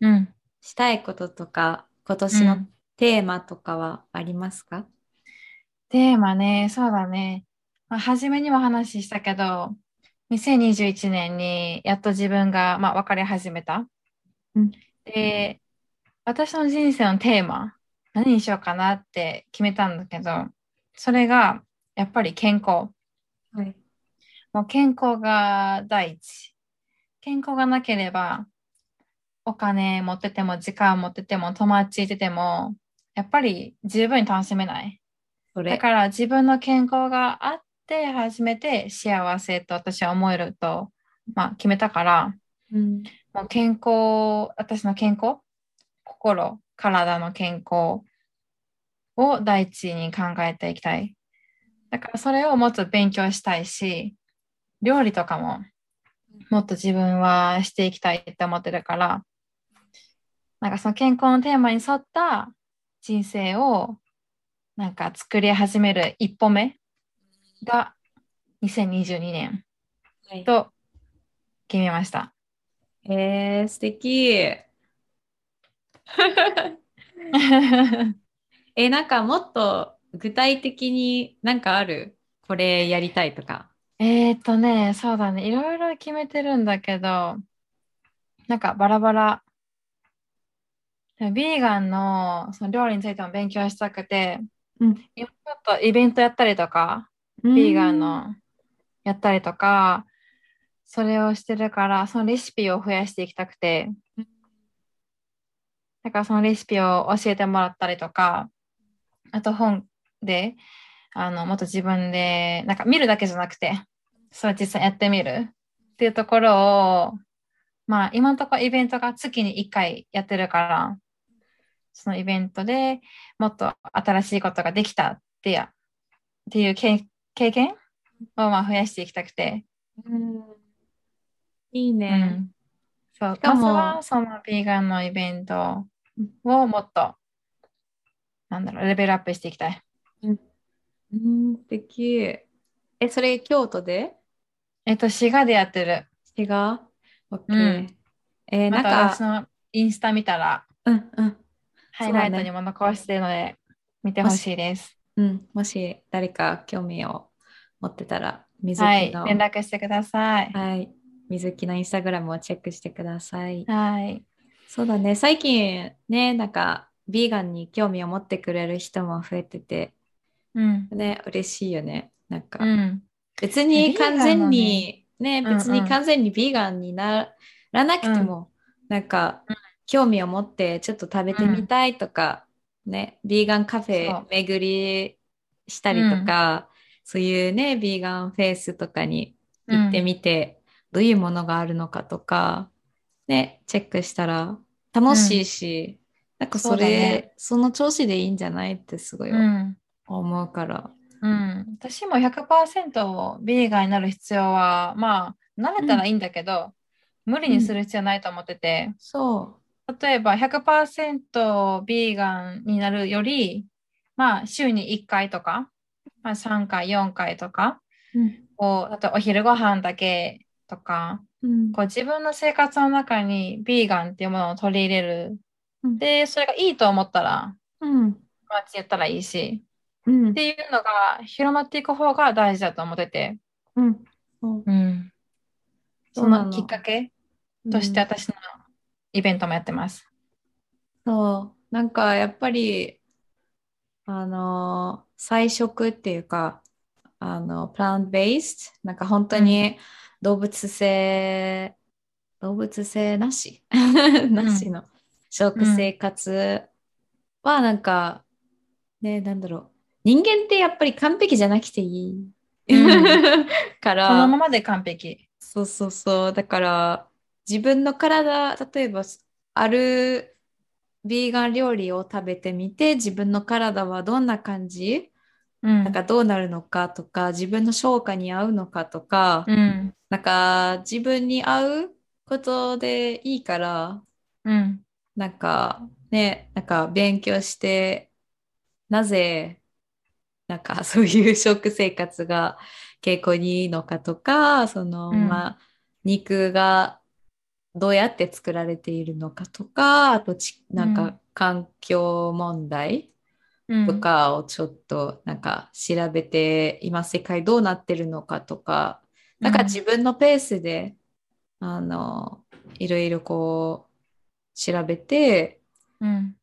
[SPEAKER 2] うん。
[SPEAKER 1] したいこととか、今年のテーマとかはありますか、
[SPEAKER 2] テーマね、そうだね。まあ、初めにも話したけど、2021年にやっと自分が、まあ、分かり始めた。
[SPEAKER 1] うん
[SPEAKER 2] で、私の人生のテーマ何にしようかなって決めたんだけど、それがやっぱり健康。
[SPEAKER 1] はい。
[SPEAKER 2] もう健康が第一。健康がなければ、お金持ってても、時間持ってても、友達いてても、やっぱり十分に楽しめない。
[SPEAKER 1] それ。
[SPEAKER 2] だから自分の健康があって初めて幸せと私は思えると、まあ決めたから、
[SPEAKER 1] うん。
[SPEAKER 2] もう健康、私の健康、心、体の健康を第一に考えていきたい。だからそれをもっと勉強したいし、料理とかももっと自分はしていきたいって思ってるから、なんかその健康のテーマに沿った人生をなんか作り始める一歩目が2022年
[SPEAKER 1] はい
[SPEAKER 2] と決めました。
[SPEAKER 1] えー、素敵。えなんかもっと具体的になんかあるこれやりたいとか。
[SPEAKER 2] えーっとね、そうだね、いろいろ決めてるんだけど、なんかバラバラ。でもビーガンのその料理についても勉強したくて、
[SPEAKER 1] うん
[SPEAKER 2] 今ちょっとイベントやったりとか、ビーガンのやったりとか、それをしてるから、そのレシピを増やしていきたくて
[SPEAKER 1] うん、
[SPEAKER 2] だからそのレシピを教えてもらったりとか、あと本で、あの、もっと自分で、なんか見るだけじゃなくて、それ実際やってみるっていうところを、まあ今のところイベントが月に1回やってるから、そのイベントでもっと新しいことができたってや、っていう経経験をまあ増やしていきたくて。
[SPEAKER 1] うん。いいうね。
[SPEAKER 2] ん。そう。
[SPEAKER 1] か
[SPEAKER 2] ま
[SPEAKER 1] も
[SPEAKER 2] ずはそのビーガンのイベントをもっと、なんだろう、レベルアップしていきたい。
[SPEAKER 1] うん、素敵。え、それ京都で
[SPEAKER 2] えっと、滋賀でやってる。
[SPEAKER 1] 滋賀 ?OK。
[SPEAKER 2] うん
[SPEAKER 1] えーなん
[SPEAKER 2] また
[SPEAKER 1] か
[SPEAKER 2] 私、のインスタ見たら、
[SPEAKER 1] うんうん。
[SPEAKER 2] ハイライトにも残してるので、見てほしいです。
[SPEAKER 1] うん、もし誰か興味を持ってたら、水木
[SPEAKER 2] はい。
[SPEAKER 1] の、
[SPEAKER 2] 連絡してください。
[SPEAKER 1] はい、水木のインスタグラムをチェックしてください。
[SPEAKER 2] はい。
[SPEAKER 1] そうだね、最近ね、なんか、ビーガンに興味を持ってくれる人も増えてて、
[SPEAKER 2] うん。
[SPEAKER 1] ね、嬉しいよね。なんか、
[SPEAKER 2] うん。
[SPEAKER 1] 別に完全に、ね、
[SPEAKER 2] ガンのね
[SPEAKER 1] 別
[SPEAKER 2] う
[SPEAKER 1] に
[SPEAKER 2] んうん
[SPEAKER 1] 完全にビーガンにならなくても、なんか、
[SPEAKER 2] う
[SPEAKER 1] 興味を持ってちょっと食べてみたいとか、ね、ビーガンカフ
[SPEAKER 2] そう
[SPEAKER 1] ェ巡りしたりとか、そういうね、ビーガンフェイスとかに行ってみて、どういうものがあるのかとか、ね、チェックしたら楽しいし、なんかそ
[SPEAKER 2] そうだ
[SPEAKER 1] れ
[SPEAKER 2] ね
[SPEAKER 1] そ,、の調子でいいんじゃないってすごい
[SPEAKER 2] うん。
[SPEAKER 1] 思うから。
[SPEAKER 2] うん。私も100%ビーガンになる必要は、まあ、慣れたらいいんだけど、無理にする必要ないと思ってて、
[SPEAKER 1] そ
[SPEAKER 2] 例えば100%ビーガンになるより、まあ、週に1回とか、まあ、3回、4回とか、
[SPEAKER 1] う。うん。
[SPEAKER 2] こう、あとお昼ご飯だけとか、
[SPEAKER 1] うん
[SPEAKER 2] こう自分の生活の中にビーガンっていうものを取り入れる。
[SPEAKER 1] うん
[SPEAKER 2] で、それがいいと思ったら、
[SPEAKER 1] うん。
[SPEAKER 2] まあやったらいいし、
[SPEAKER 1] うん
[SPEAKER 2] っていうのが広まっていく方が大事だと思ってて、
[SPEAKER 1] うん。そう
[SPEAKER 2] そのきっかけとして
[SPEAKER 1] うん
[SPEAKER 2] 私のイベントもやってます。
[SPEAKER 1] そう。なんかやっぱり、あのー菜食っていうか、あの、プラントベースなんか本当に動物性、動物性なし (laughs) なしの食生活はなんか、ね、なんだろう。人間ってやっぱり完璧じゃなくていい。
[SPEAKER 2] うん
[SPEAKER 1] (laughs) から、
[SPEAKER 2] そのままで完璧。
[SPEAKER 1] そうそうそう。だから、自分の体、例えば、あるビーガン料理を食べてみて、自分の体はどんな感じ
[SPEAKER 2] うん
[SPEAKER 1] なんかどうなるのかとか、自分の消化に合うのかとか、
[SPEAKER 2] うん。
[SPEAKER 1] なんか自分に合うことでいいから、
[SPEAKER 2] うん。
[SPEAKER 1] なんかね、なんか勉強して、なぜ、なんか (laughs) そういう食生活が健康にいいのかとか、その、
[SPEAKER 2] うん
[SPEAKER 1] まあ、肉がどうやって作られているのかとか、あとち、なん
[SPEAKER 2] う
[SPEAKER 1] か
[SPEAKER 2] ん
[SPEAKER 1] 環境問題
[SPEAKER 2] うん
[SPEAKER 1] とかをちょっとなんか調べて、今世界どうなってるのかとか、なんか自分のペースで、あの、いろいろこう、調べて、
[SPEAKER 2] うん。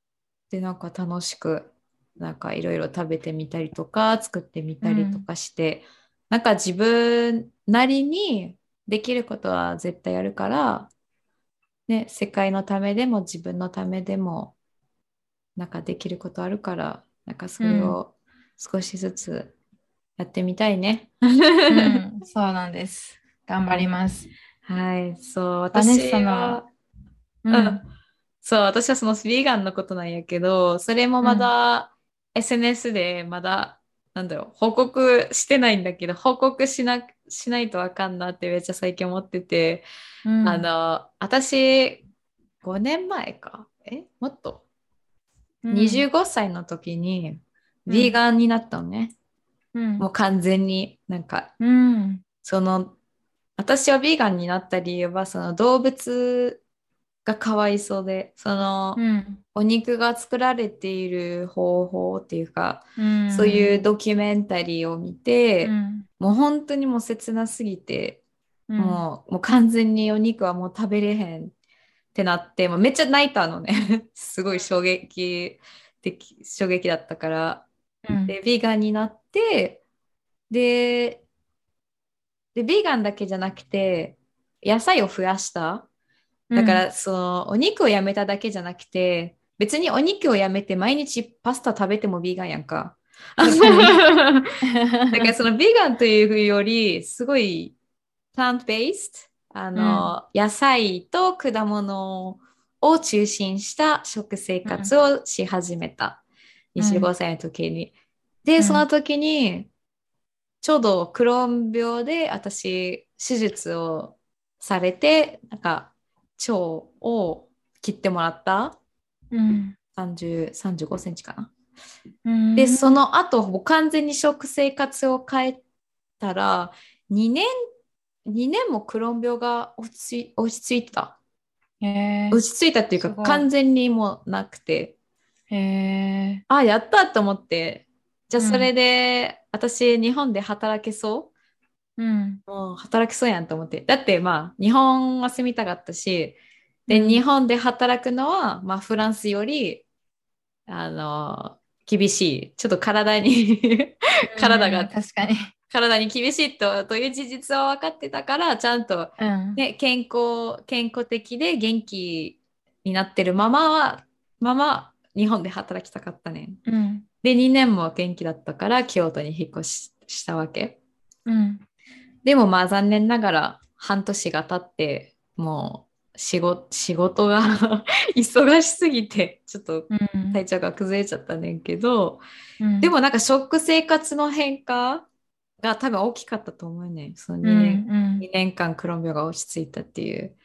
[SPEAKER 1] でなんか楽しくなんかいろいろ食べてみたりとか作ってみたりとかして、なんか自分なりにできることは絶対やるから、ね、世界のためでも自分のためでもなんかできることあるからなんかそれを少しずつやってみたいね。
[SPEAKER 2] うん、
[SPEAKER 1] (laughs)
[SPEAKER 2] そうなんです。頑張ります。
[SPEAKER 1] はい、そう、
[SPEAKER 2] バネッ
[SPEAKER 1] 私
[SPEAKER 2] サ
[SPEAKER 1] は
[SPEAKER 2] の、
[SPEAKER 1] う。、
[SPEAKER 2] うん
[SPEAKER 1] そう、私はそのビーガンのことなんやけど、それもまだ SNS でまだ、なんだろう、報告してないんだけど、報告しな、しないとわかんなってめっちゃ最近思ってて、
[SPEAKER 2] うん
[SPEAKER 1] あ、の、私、5年前か、え、もっと、
[SPEAKER 2] うん、
[SPEAKER 1] 25歳の時に、
[SPEAKER 2] うん
[SPEAKER 1] ビーガンになったのね。
[SPEAKER 2] うん、
[SPEAKER 1] もう完全になんか
[SPEAKER 2] うん、
[SPEAKER 1] その私はビーガンになった理由はその動物がかわいそうでその、
[SPEAKER 2] うん、
[SPEAKER 1] お肉が作られている方法っていうか、
[SPEAKER 2] うん、
[SPEAKER 1] そういうドキュメンタリーを見て、
[SPEAKER 2] うん、
[SPEAKER 1] もう本当にもう切なすぎて、
[SPEAKER 2] うん、
[SPEAKER 1] もうもう完全にお肉はもう食べれへんってなってもうめっちゃ泣いたのね (laughs) すごい衝撃的衝撃だったから
[SPEAKER 2] うん、
[SPEAKER 1] でビーガンになってででビーガンだけじゃなくて野菜を増やしただ
[SPEAKER 2] (laughs)
[SPEAKER 1] から、そのお肉をやめただけじゃなくて別にお肉をやめて毎日パスタ食べてもビーガンやんか。
[SPEAKER 2] (laughs) うん、
[SPEAKER 1] だからそのビーガンというよりすごいプラントベースあの、野菜と果物を中心した食生活をし始めた、
[SPEAKER 2] うん
[SPEAKER 1] 25歳の時に。
[SPEAKER 2] う
[SPEAKER 1] で
[SPEAKER 2] ん
[SPEAKER 1] その時にちょうどクローン病で私手術をされてなんか腸を切ってもらった
[SPEAKER 2] うん、
[SPEAKER 1] 30 35センチかな。
[SPEAKER 2] うん、
[SPEAKER 1] で、その後、もう完全に食生活を変えたら、2年、2年もクローン病が落ち落ち着いてた。
[SPEAKER 2] へー
[SPEAKER 1] 落ち着いたっていうか、
[SPEAKER 2] すごい
[SPEAKER 1] 完全にもうなくて、
[SPEAKER 2] へ
[SPEAKER 1] ああ、やったと思って、じゃあ
[SPEAKER 2] うん
[SPEAKER 1] それで、私、日本で働けそ
[SPEAKER 2] ーうん、
[SPEAKER 1] うもう働けそうやんと思って。だって、まあ、日本は住みたかったし、で、
[SPEAKER 2] うん
[SPEAKER 1] 日本で働くのは、まあ、フランスより、あの、厳しい。ちょっと体に (laughs) 体が
[SPEAKER 2] うん確かに、
[SPEAKER 1] 体に厳しいとという事実は分かってたからちゃんと、
[SPEAKER 2] うん、
[SPEAKER 1] ね、健康健康的で元気になってるままはまま日本で働きたかったねん
[SPEAKER 2] うん、
[SPEAKER 1] で2年も元気だったから京都に引っ越ししたわけ
[SPEAKER 2] うん、
[SPEAKER 1] でもまあ残念ながら半年が経ってもう仕事仕事が (laughs) 忙しすぎてちょっと
[SPEAKER 2] うん、
[SPEAKER 1] 体調が崩れちゃったねんけど、
[SPEAKER 2] うん
[SPEAKER 1] でもなんか食生活の変化が多分大きかったと思うね。その2
[SPEAKER 2] うん、
[SPEAKER 1] 年、
[SPEAKER 2] うん
[SPEAKER 1] 2年間クロン病が落ち着いたっていう。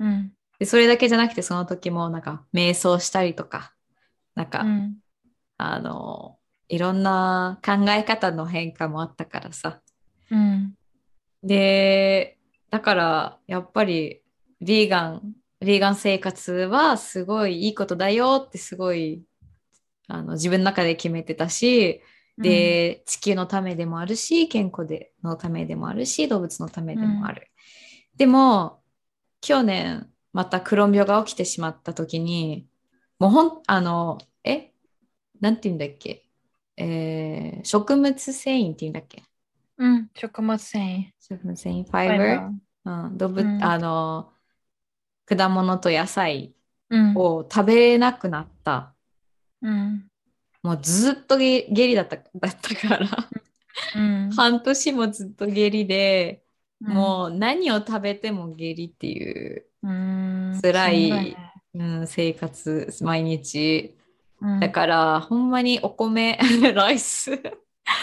[SPEAKER 2] うん、
[SPEAKER 1] で、それだけじゃなくてその時もなんか瞑想したりとか、なんか、
[SPEAKER 2] うん、
[SPEAKER 1] あの、いろんな考え方の変化もあったからさ。
[SPEAKER 2] うん、
[SPEAKER 1] で、だからやっぱりヴィーガン、ヴィーガン生活はすごいいいことだよってすごいあの自分の中で決めてたし、で、地球のためでもあるし、健康でのためでもあるし、動物のためでもある。でも、去年、またクローン病が起きてしまった時に、もうほん、あの、えなんて言うんだっけえー植物繊維って言うんだっけ
[SPEAKER 2] うん、うん、食物繊
[SPEAKER 1] 植物繊維、フ
[SPEAKER 2] 維、
[SPEAKER 1] ァイバー。
[SPEAKER 2] ー、
[SPEAKER 1] うん、動物、
[SPEAKER 2] うん
[SPEAKER 1] あの、果物と野菜
[SPEAKER 2] うん、
[SPEAKER 1] を食べれなくなった。
[SPEAKER 2] うん、
[SPEAKER 1] もうずっと下下痢だった、だったから。
[SPEAKER 2] うん、
[SPEAKER 1] 半年もずっと下痢で、もう何を食べても下痢っていう、
[SPEAKER 2] うん、
[SPEAKER 1] 辛い
[SPEAKER 2] しんどね
[SPEAKER 1] うん、生活毎日
[SPEAKER 2] うん
[SPEAKER 1] だから、ほんまにお米 (laughs) ライス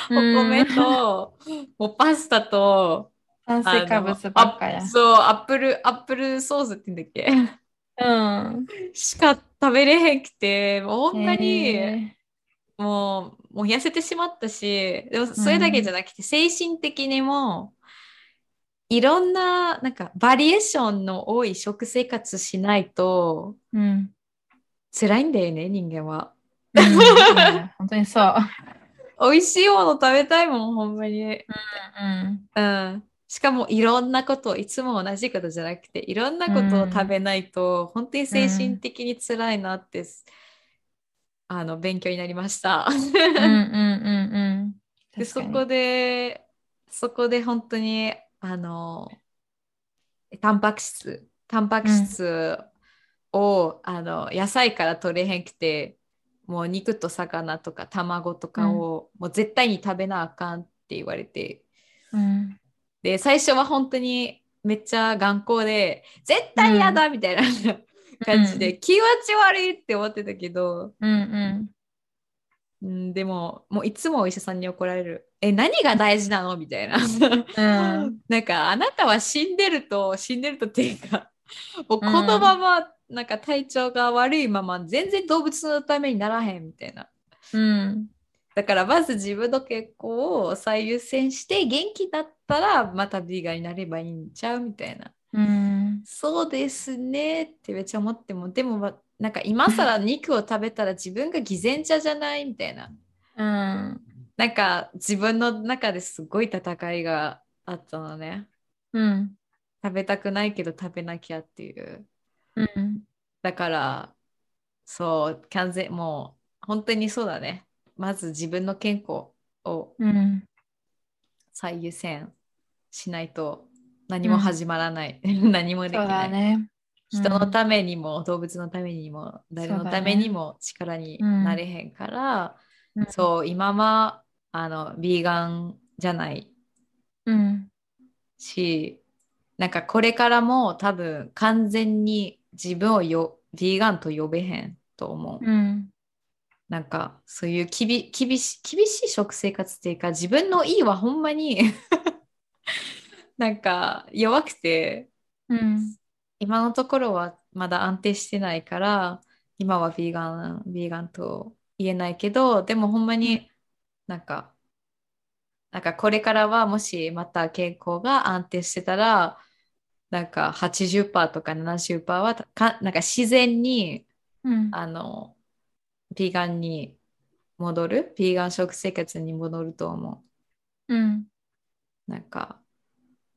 [SPEAKER 1] お米
[SPEAKER 2] (laughs)
[SPEAKER 1] ともうパスタと
[SPEAKER 2] 炭水化物ばっか
[SPEAKER 1] あ
[SPEAKER 2] や
[SPEAKER 1] の。そうアップルアップルソースって言うんだっ
[SPEAKER 2] うん。
[SPEAKER 1] けしか食べれへんくてもうほんまに、
[SPEAKER 2] へ
[SPEAKER 1] もう、もう痩せてしまったし、でもそれだけじゃなくて、精神的にも、いろんな、なんか、バリエーションの多い食生活しないと、
[SPEAKER 2] ー。うん。
[SPEAKER 1] 辛いんだよね、人間は。
[SPEAKER 2] うん本当にそう。
[SPEAKER 1] 美味しいもの食べたいもん、ほんまに。
[SPEAKER 2] うん。
[SPEAKER 1] うん。しかも、いろんなこと、いつも同じことじゃなくて、いろんなことを食べないと、本当に精神的に辛いなって、あの勉強になりました。
[SPEAKER 2] うんうんうんうん。
[SPEAKER 1] でそこ
[SPEAKER 2] で。
[SPEAKER 1] でそこで本当にあのタンパク質タンパク質を、あの野菜から取れへんくてもう肉と魚とか卵とかを、もう絶対に食べなあかんって言われて
[SPEAKER 2] うん
[SPEAKER 1] で最初は本当にめっちゃ頑固で絶対やだみたいな感じで、気持ち悪いって思ってたけど、
[SPEAKER 2] うんうん。
[SPEAKER 1] うん、でも、もういつもお医者さんに怒られる。え、何が大事なのみたいな。
[SPEAKER 2] うん
[SPEAKER 1] (laughs) なんか、あなたは死んでると、死んでるとっていうか、 (laughs) もうこのまま、なんか体調が悪いまま、全然動物のためにならへんみたいな。
[SPEAKER 2] うん
[SPEAKER 1] だから、まず自分の健康を最優先して、元気だったら、またビーガンになればいいんちゃうみたいな。
[SPEAKER 2] うん
[SPEAKER 1] そうですねってめっちゃ思っても、でも、まなんか今更肉を食べたら自分が偽善者じゃないみたいな。
[SPEAKER 2] うん
[SPEAKER 1] なんか自分の中ですごい戦いがあったのね。
[SPEAKER 2] うん
[SPEAKER 1] 食べたくないけど食べなきゃっていう。
[SPEAKER 2] うん
[SPEAKER 1] だから、そう、完全、もう本当にそうだね。まず自分の健康を
[SPEAKER 2] うん
[SPEAKER 1] 最優先しないと何も始まらない。 (laughs) 何も
[SPEAKER 2] そう
[SPEAKER 1] できな
[SPEAKER 2] だ
[SPEAKER 1] い、
[SPEAKER 2] ね。
[SPEAKER 1] 人のためにも動物のためにも誰のためにも力になれへんから、そう、今はあの、ビーガンじゃない
[SPEAKER 2] うん。
[SPEAKER 1] しなんかこれからも多分完全に自分をよビーガンと呼べへんと思う、
[SPEAKER 2] うん
[SPEAKER 1] なんかそういうきび厳し厳しい食生活っていうか自分のいいはほんまに (laughs) なんか弱くて
[SPEAKER 2] うん
[SPEAKER 1] 今のところはまだ安定してないから今はビーガンビーガンと言えないけどでもほんまになんかなんかこれからはもしまた健康が安定してたらなんか80%とか70%はかなんか自然に
[SPEAKER 2] うん
[SPEAKER 1] あのビーガンに戻るビーガン食生活に戻ると思
[SPEAKER 2] うん
[SPEAKER 1] うなんか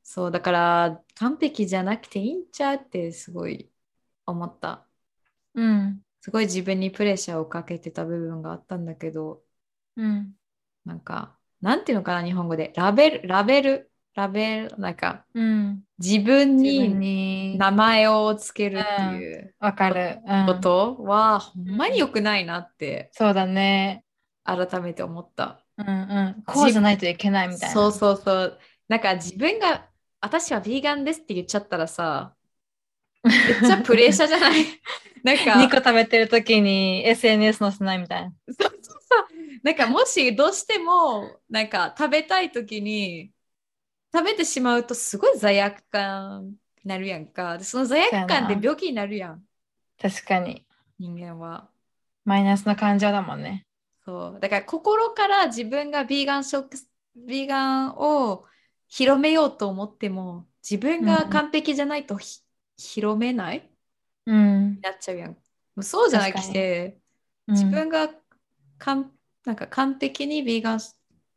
[SPEAKER 1] そうだから完璧じゃなくていいんちゃうってすごい思った。
[SPEAKER 2] うん
[SPEAKER 1] すごい自分にプレッシャーをかけてた部分があったんだけど、
[SPEAKER 2] うん
[SPEAKER 1] なんか、なんていうのかな、日本語で。ラベル、ラベル、ラベル、なんか、
[SPEAKER 2] うん
[SPEAKER 1] 自分
[SPEAKER 2] 自分
[SPEAKER 1] に
[SPEAKER 2] に
[SPEAKER 1] 名前をつけるっていう
[SPEAKER 2] わかる。うん
[SPEAKER 1] ことは、ほんまに良くないなって、
[SPEAKER 2] そうだね。
[SPEAKER 1] 改めて思った。
[SPEAKER 2] うんうん。こうじゃないといけないみたいな。
[SPEAKER 1] そうそうそう。なんか、自分が、私はビーガンですって言っちゃったらさ、めっちゃプレッシャーじゃない (laughs) なんか、
[SPEAKER 2] 肉食べてる時に SNS 載せないみたいな。
[SPEAKER 1] そうそうそう。なんかもしどうしてもなんか食べたい時に食べてしまうとすごい罪悪感になるやんか。でその罪悪感で病気になるやん、
[SPEAKER 2] 確かに。
[SPEAKER 1] 人間は。
[SPEAKER 2] マイナスな感情だもんね。
[SPEAKER 1] そう。だから心から自分がビーガン食、ビーガンを広めようと思っても自分が完璧じゃないとひ、広めない
[SPEAKER 2] うん。
[SPEAKER 1] なっちゃうやん。もうそうじゃなく
[SPEAKER 2] 確か
[SPEAKER 1] て。
[SPEAKER 2] うん
[SPEAKER 1] 自分がかんなんか完璧にビーガン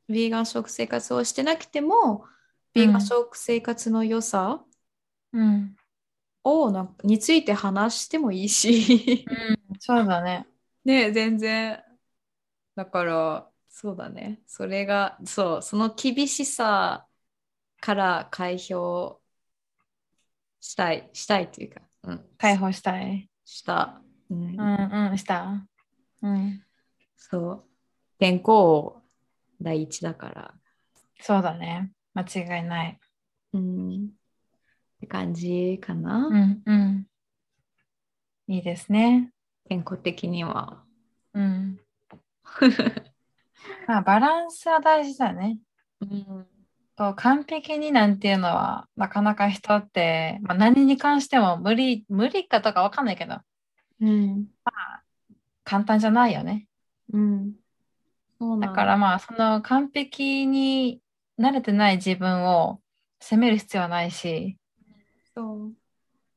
[SPEAKER 1] ビーガン食生活をしてなくても、ビーガン食生活の良さ
[SPEAKER 2] うん。
[SPEAKER 1] をなんについて話してもいいし、
[SPEAKER 2] うん。そうだね。
[SPEAKER 1] ね全然だからそうだねそれがそうその厳しさから解放したいしたいというか、うん、
[SPEAKER 2] 解放したい。
[SPEAKER 1] した、うん
[SPEAKER 2] うんうん。した。うん。
[SPEAKER 1] そう健康を第一だから
[SPEAKER 2] そうだね。間違いない。
[SPEAKER 1] うんって感じかな、
[SPEAKER 2] うんうん。いいですね。
[SPEAKER 1] 健康的には。
[SPEAKER 2] うん。まあ、バランスは大事だね。
[SPEAKER 1] うん、
[SPEAKER 2] そう完璧になんていうのはなかなか人って、まあ、何に関しても無理無理かとかわかんないけど
[SPEAKER 1] うん、
[SPEAKER 2] 簡単じゃないよね
[SPEAKER 1] うん。そう
[SPEAKER 2] だからまあその完璧に慣れてない自分を責める必要はないし
[SPEAKER 1] そう。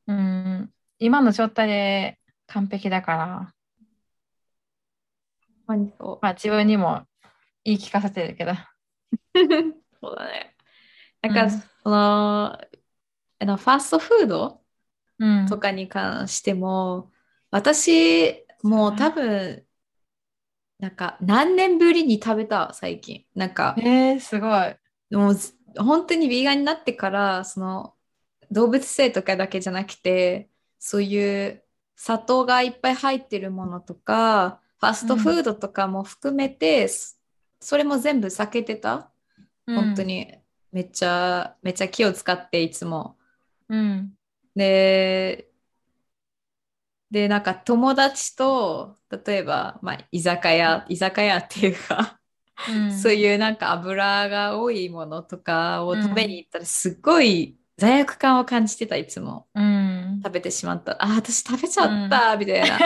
[SPEAKER 2] うん今の状態で完璧だから、
[SPEAKER 1] ほんまにそう。
[SPEAKER 2] まあ、自分にも言い聞かせてるけど
[SPEAKER 1] そうだね。なんか、
[SPEAKER 2] うん
[SPEAKER 1] その、あのファーストフード
[SPEAKER 2] うん
[SPEAKER 1] とかに関しても、私、もう多分、なんか何年ぶりに食べた最近なんか
[SPEAKER 2] えー、すごい。
[SPEAKER 1] もうず本当にビーガンになってからその動物性とかだけじゃなくてそういう砂糖がいっぱい入ってるものとかファストフードとかも含めて、そそれも全部避けてた本当。にめっちゃ、めっちゃ気を使っていつも
[SPEAKER 2] うん。
[SPEAKER 1] で、で、なんか友達と、例えば、まあ、居酒屋、居酒屋っていうか、
[SPEAKER 2] うん
[SPEAKER 1] そういうなんか油が多いものとかを食べに行ったら、すっごい罪悪感を感じてた、いつも。
[SPEAKER 2] うん。
[SPEAKER 1] 食べてしまった。あ、私食べちゃった、みたいな。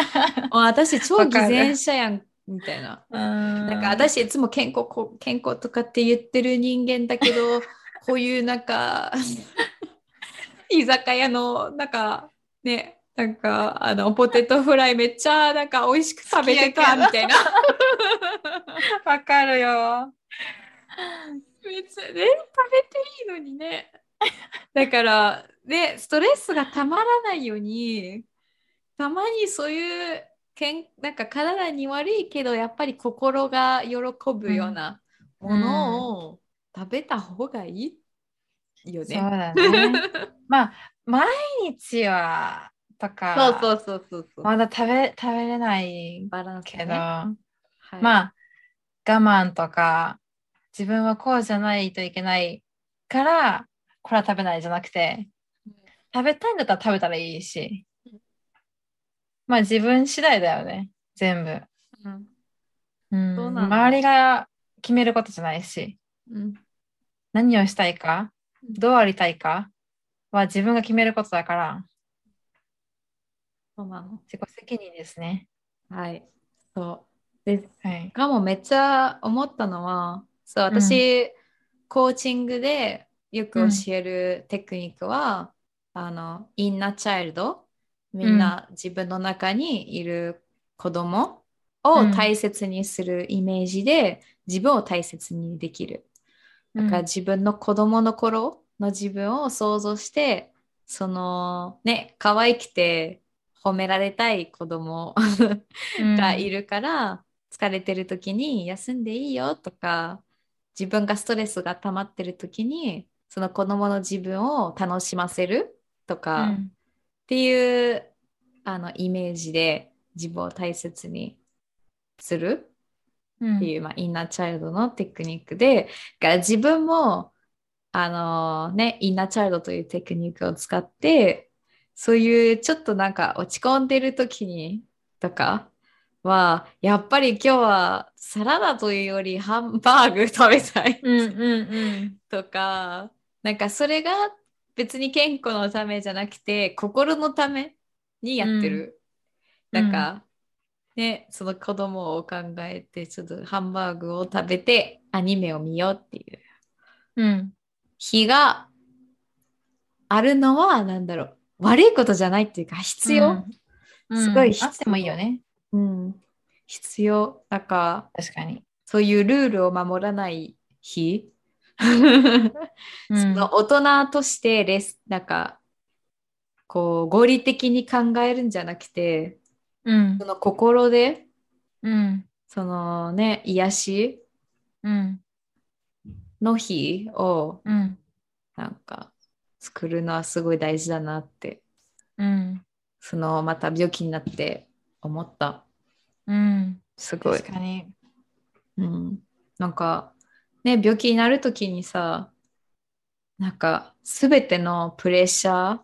[SPEAKER 1] もう私超
[SPEAKER 2] わ
[SPEAKER 1] 偽
[SPEAKER 2] かる
[SPEAKER 1] 善者やん、みたいな。
[SPEAKER 2] な
[SPEAKER 1] なんか、私いつも健康こ健康とかって言ってる人間だけ
[SPEAKER 2] (laughs)
[SPEAKER 1] どこういうなんか居酒屋のなんかねなんかあのポテトフライめっちゃなんか美味しく食べて
[SPEAKER 2] 好き
[SPEAKER 1] た
[SPEAKER 2] やけど
[SPEAKER 1] みたいな
[SPEAKER 2] (laughs) わかるよ。
[SPEAKER 1] めっちゃね食べていいのに (laughs) ねだからねストレスがたまらないようにたまにそういうけんなんか体に悪いけどやっぱり心が喜ぶようなものを食べた方がいいよ
[SPEAKER 2] そ
[SPEAKER 1] ね。
[SPEAKER 2] うだね。まあ、毎日は、とか、
[SPEAKER 1] そうそうそうそう。
[SPEAKER 2] まだ食べ、食べれない
[SPEAKER 1] バランス
[SPEAKER 2] け
[SPEAKER 1] ね、
[SPEAKER 2] ど、
[SPEAKER 1] は
[SPEAKER 2] ま
[SPEAKER 1] あ
[SPEAKER 2] あ、我慢とか、自分はこうじゃないといけないから、これは食べないじゃなくて、食べたいんだったら食べたらいいし、まあ自分次第だよね、全部。
[SPEAKER 1] うん
[SPEAKER 2] うん、
[SPEAKER 1] そうなんだ
[SPEAKER 2] 周りが決めることじゃないし、
[SPEAKER 1] うん
[SPEAKER 2] 何をしたいか、どうありたいかは自分が決めることだから、
[SPEAKER 1] そうなの。
[SPEAKER 2] 自己責任ですね。
[SPEAKER 1] はい。そう。で
[SPEAKER 2] はい。
[SPEAKER 1] かもめっちゃ思ったのはそう
[SPEAKER 2] うん
[SPEAKER 1] 私、コーチングでよく教えるテクニックは、あのインナーチャイルドみんな自分の中にいる子供を大切にするイメージで、自分を大切にできるだから自分の子供の頃の自分を想像してそのね可愛くて褒められたい子供
[SPEAKER 2] うん
[SPEAKER 1] がいるから疲れてる時に休んでいいよとか自分がストレスが溜まってる時にその子供の自分を楽しませると
[SPEAKER 2] う
[SPEAKER 1] かっ
[SPEAKER 2] ん
[SPEAKER 1] ていう、あのイメージで自分を大切にする
[SPEAKER 2] うん
[SPEAKER 1] っていう、まあ、インナーチャイルドのテクニックでだから自分もあのねインナーチャイルドというテクニックを使ってそういうちょっとなんか落ち込んでる時にとかはやっぱり今日はサラダというよりハンバーグ食べたい
[SPEAKER 2] うんうん
[SPEAKER 1] とか、なんかそれが別に健康のためじゃなくて心のためにやってる。
[SPEAKER 2] うん
[SPEAKER 1] なんか、ね、その子供を考えてちょっとハンバーグを食べてアニメを見ようっていう
[SPEAKER 2] うん。うん。
[SPEAKER 1] 日があるのはなんだろう悪いことじゃないっていうか必要、
[SPEAKER 2] うん
[SPEAKER 1] すごい
[SPEAKER 2] うん
[SPEAKER 1] 必要
[SPEAKER 2] あってもいいよね。
[SPEAKER 1] うん必要なんか
[SPEAKER 2] 確かに。
[SPEAKER 1] そういうルールを守らない (laughs) 日
[SPEAKER 2] うん
[SPEAKER 1] その大人としてレスなんかこう合理的に考えるんじゃなくて
[SPEAKER 2] うん
[SPEAKER 1] その心で
[SPEAKER 2] うん
[SPEAKER 1] そのね癒し
[SPEAKER 2] うん
[SPEAKER 1] の日を
[SPEAKER 2] うん
[SPEAKER 1] なんか作るのはすごい大事だなって
[SPEAKER 2] うん
[SPEAKER 1] そのまた病気になって思った
[SPEAKER 2] うん。
[SPEAKER 1] すごい
[SPEAKER 2] 確、かに。
[SPEAKER 1] うん、なんかね病気になる時にさなんか全てのプレッシャー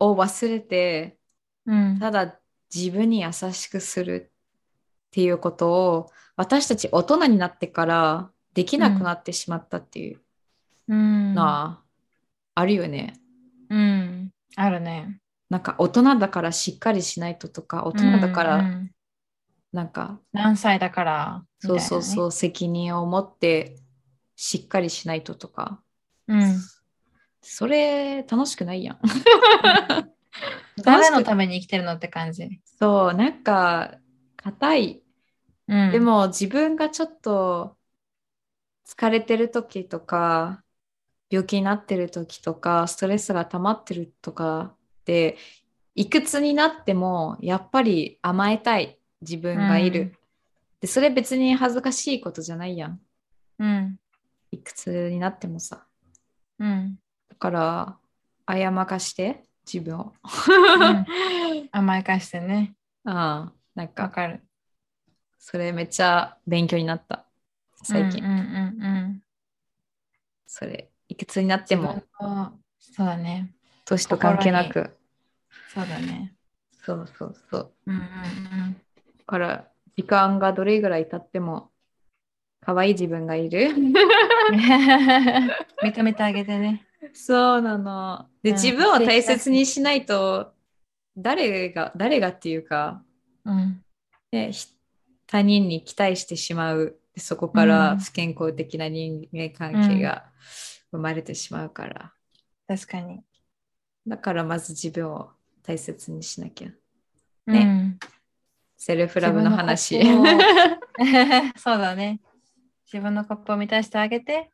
[SPEAKER 1] を忘れて
[SPEAKER 2] うん
[SPEAKER 1] ただ自分に優しくするっていうことを私たち大人になってからできなくなってしまったっていう
[SPEAKER 2] うん
[SPEAKER 1] のはあるよね。
[SPEAKER 2] うん。あるね。
[SPEAKER 1] なんか大人だからしっかりしないととか大人だか
[SPEAKER 2] うんう
[SPEAKER 1] ら
[SPEAKER 2] ん
[SPEAKER 1] なんか
[SPEAKER 2] 何歳だから。。
[SPEAKER 1] そうそうそうう責任を持ってしっかりしないととか
[SPEAKER 2] うん。
[SPEAKER 1] それ楽しくないやん。
[SPEAKER 2] (laughs) 誰のために生きてるのって感じ。
[SPEAKER 1] そうなんか硬い
[SPEAKER 2] うん。
[SPEAKER 1] でも自分がちょっと疲れてる時とか病気になってる時とかストレスが溜まってるとかでいくつになってもやっぱり甘えたい自分がいる、で、それ別に恥ずかしいことじゃないやん。
[SPEAKER 2] うん。
[SPEAKER 1] いくつになってもさ。
[SPEAKER 2] うん。
[SPEAKER 1] だから、あやまかして、自分を。 (laughs)
[SPEAKER 2] うん甘やかしてね。
[SPEAKER 1] ああ、なん
[SPEAKER 2] わ
[SPEAKER 1] か、
[SPEAKER 2] かる。
[SPEAKER 1] それめっちゃ勉強になった。最近。
[SPEAKER 2] うんうんうん
[SPEAKER 1] それ、いくつになっ
[SPEAKER 2] う
[SPEAKER 1] て
[SPEAKER 2] ん。
[SPEAKER 1] も、
[SPEAKER 2] も。そうだね。
[SPEAKER 1] 年と関係なく。
[SPEAKER 2] そうだね。
[SPEAKER 1] そうそうそう。
[SPEAKER 2] うんうんうん。
[SPEAKER 1] だから、時間がどれぐらい経っても、可愛い自分がいる。
[SPEAKER 2] (laughs) 認めてあげてね。
[SPEAKER 1] (laughs) そうなの。で、
[SPEAKER 2] うん
[SPEAKER 1] 自分を大切にしないと、誰が、誰がっていうか、
[SPEAKER 2] うん。
[SPEAKER 1] ね、ひ他人に期待してしまう。でそこから
[SPEAKER 2] うん
[SPEAKER 1] 不健康的な人間関係が生まれてしまうから。
[SPEAKER 2] 確かに。
[SPEAKER 1] だから、まず自分を大切にしなきゃ。ね
[SPEAKER 2] ね。
[SPEAKER 1] セルフラブの話。
[SPEAKER 2] 自分の (laughs) 心をそうだね。自分のコップを満たしてあげて、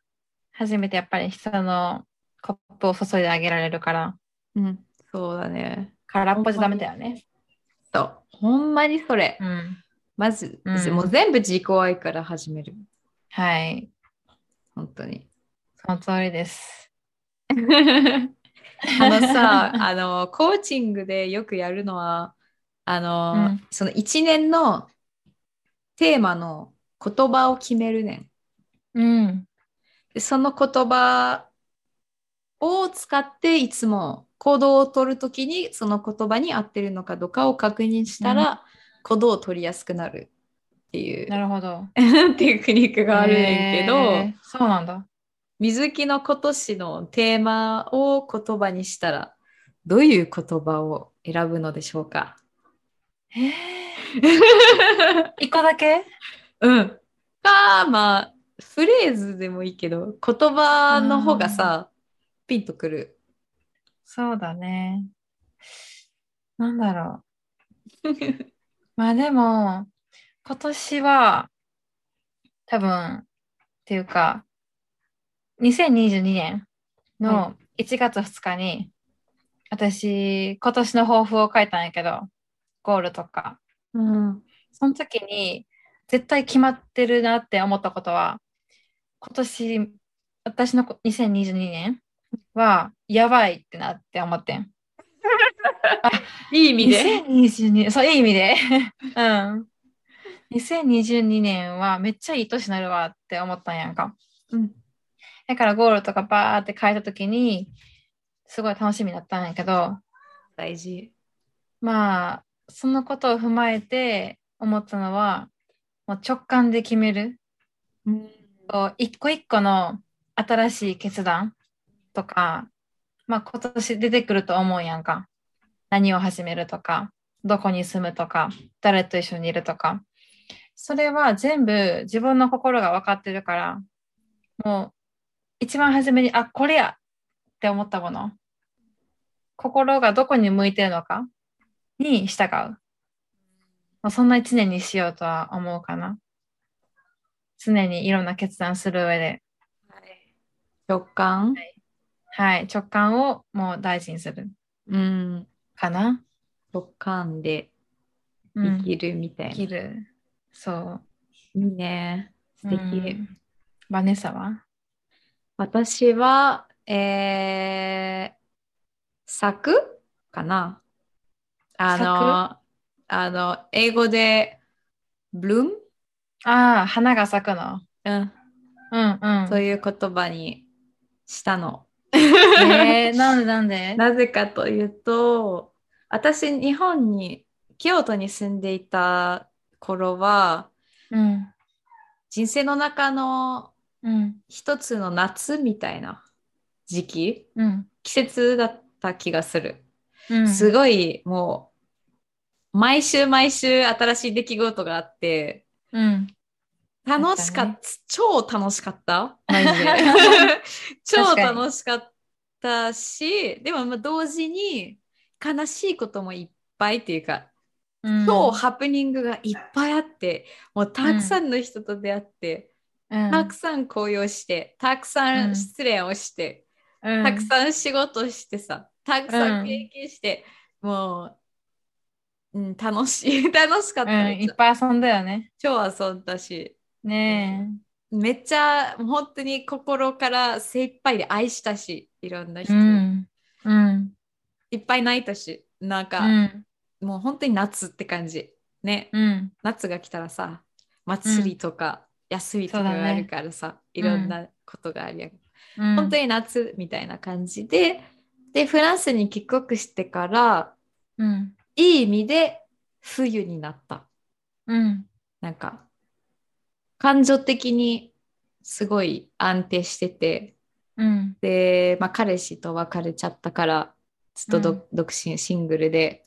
[SPEAKER 2] 初めてやっぱり人のコップを注いであげられるから、
[SPEAKER 1] (laughs) うん、そうだね。
[SPEAKER 2] 空っぽじゃダメだよね。
[SPEAKER 1] そう。ほんまにそれ。
[SPEAKER 2] うん。
[SPEAKER 1] まず、
[SPEAKER 2] うん
[SPEAKER 1] もう全部自己愛から始める。
[SPEAKER 2] はい。
[SPEAKER 1] 本当に。
[SPEAKER 2] その通りです。
[SPEAKER 1] あの
[SPEAKER 2] (laughs)
[SPEAKER 1] さ、あの、コーチングでよくやるのは、あの、
[SPEAKER 2] うん
[SPEAKER 1] その一年のテーマの言葉を決めるねん。
[SPEAKER 2] うん。
[SPEAKER 1] でその言葉を使っていつも行動を取るときにその言葉に合ってるのかどうかを確認したら、行動を取りやすくなるっていう、
[SPEAKER 2] なるほど。
[SPEAKER 1] っていうクリニックがあるねんけど、
[SPEAKER 2] へーそうなんだ。
[SPEAKER 1] 水木の今年のテーマを言葉にしたらどういう言葉を選ぶのでしょうか (laughs)
[SPEAKER 2] へー一個だけ
[SPEAKER 1] うん。かまあフレーズでもいいけど言葉の方がさピンとく
[SPEAKER 2] (laughs)
[SPEAKER 1] る。
[SPEAKER 2] そうだね。なんだろう。まあでも、今年は、多分、っていうか、2022年の1月2日に、私、今年の抱負を書いたんやけど、ゴールとか。
[SPEAKER 1] うん、
[SPEAKER 2] その時に、絶対決まってるなって思ったことは、今年、私のこ2022年は、やばいってなって思ってん。
[SPEAKER 1] いい意味で。
[SPEAKER 2] 2022そういい意
[SPEAKER 1] (laughs)
[SPEAKER 2] 味でうん2022年はめっちゃいい年になるわって思ったんやんか
[SPEAKER 1] うん
[SPEAKER 2] だからゴールとかバーって変えた時にすごい楽しみだったんやけど
[SPEAKER 1] 大事。
[SPEAKER 2] まあそのことを踏まえて思ったのはもう直感で決める
[SPEAKER 1] うん
[SPEAKER 2] こう一個一個の新しい決断とか、まあ、今年出てくると思うやんか何を始めるとかどこに住むとか誰と一緒にいるとかそれは全部自分の心が分かってるからもう一番初めにあこれやって思ったもの心がどこに向いてるのかに従う、まあ、そんな一年にしようとは思うかな常にいろんな決断する上で、
[SPEAKER 1] 直感、
[SPEAKER 2] はい、直感をもう大事にする
[SPEAKER 1] うん、
[SPEAKER 2] かな。
[SPEAKER 1] 直感で
[SPEAKER 2] う
[SPEAKER 1] 生
[SPEAKER 2] ん、
[SPEAKER 1] きるみたい
[SPEAKER 2] 生
[SPEAKER 1] な。
[SPEAKER 2] きる。そう。
[SPEAKER 1] いいね。素敵。
[SPEAKER 2] うんバネサは
[SPEAKER 1] 私は、えー、作かなあの、あの、英語で、ブルーム、
[SPEAKER 2] ああ、花が咲くの。
[SPEAKER 1] うん、
[SPEAKER 2] うんうん。
[SPEAKER 1] という言葉にしたの。
[SPEAKER 2] えー、 (laughs) なんでなんで
[SPEAKER 1] なぜかというと、私、日本に、京都に住んでいた頃は、
[SPEAKER 2] うん。
[SPEAKER 1] 人生の中の
[SPEAKER 2] うん。
[SPEAKER 1] 一つの夏みたいな時期、
[SPEAKER 2] うん。
[SPEAKER 1] 季節だった気がする。
[SPEAKER 2] うん。
[SPEAKER 1] す
[SPEAKER 2] い。
[SPEAKER 1] ごいもう毎週毎週新しい出来事があって
[SPEAKER 2] うん。
[SPEAKER 1] 楽しか
[SPEAKER 2] あ
[SPEAKER 1] っ、
[SPEAKER 2] った
[SPEAKER 1] 超楽しかったマ
[SPEAKER 2] (laughs)
[SPEAKER 1] ジで超
[SPEAKER 2] 確かに
[SPEAKER 1] 楽しかったしでもまあ同時に悲しいこともいっぱいっていうか
[SPEAKER 2] うん
[SPEAKER 1] 超ハプニングがいっぱいあってもうたくさんの人と出会って、
[SPEAKER 2] うん
[SPEAKER 1] たくさん紅葉してたくさ
[SPEAKER 2] うん
[SPEAKER 1] ん失恋をして、
[SPEAKER 2] うん
[SPEAKER 1] たくさん仕事してさ、たくさ
[SPEAKER 2] うんん
[SPEAKER 1] 経験して、もう、うん、楽しい。 (laughs) 楽しかっ
[SPEAKER 2] うん、
[SPEAKER 1] た、めっ
[SPEAKER 2] い
[SPEAKER 1] ち
[SPEAKER 2] っぱい遊んだよね。
[SPEAKER 1] ゃ超遊んだし、
[SPEAKER 2] ね
[SPEAKER 1] めっちゃもう本当に心から精一杯で愛したし、いろんな
[SPEAKER 2] え。
[SPEAKER 1] 人、
[SPEAKER 2] うん。うん。
[SPEAKER 1] いっぱい泣いたし、なん
[SPEAKER 2] う
[SPEAKER 1] か、
[SPEAKER 2] ん。
[SPEAKER 1] もう本当に夏って感じ。ね、
[SPEAKER 2] うん。
[SPEAKER 1] 夏が来たらさ、祭りとか、休みとか
[SPEAKER 2] そうだ
[SPEAKER 1] が
[SPEAKER 2] ね
[SPEAKER 1] あるからさ、いろんなことがあるやん。
[SPEAKER 2] うん
[SPEAKER 1] 本当に夏みたいな感じで、で、フランスに帰国してから、
[SPEAKER 2] うん。
[SPEAKER 1] いい意味で冬になった。
[SPEAKER 2] うん。
[SPEAKER 1] なんか、感情的にすごい安定してて、
[SPEAKER 2] うん。
[SPEAKER 1] で、まあ、彼氏と別れちゃったから、ずっとど、
[SPEAKER 2] うん
[SPEAKER 1] 独身、シングルで、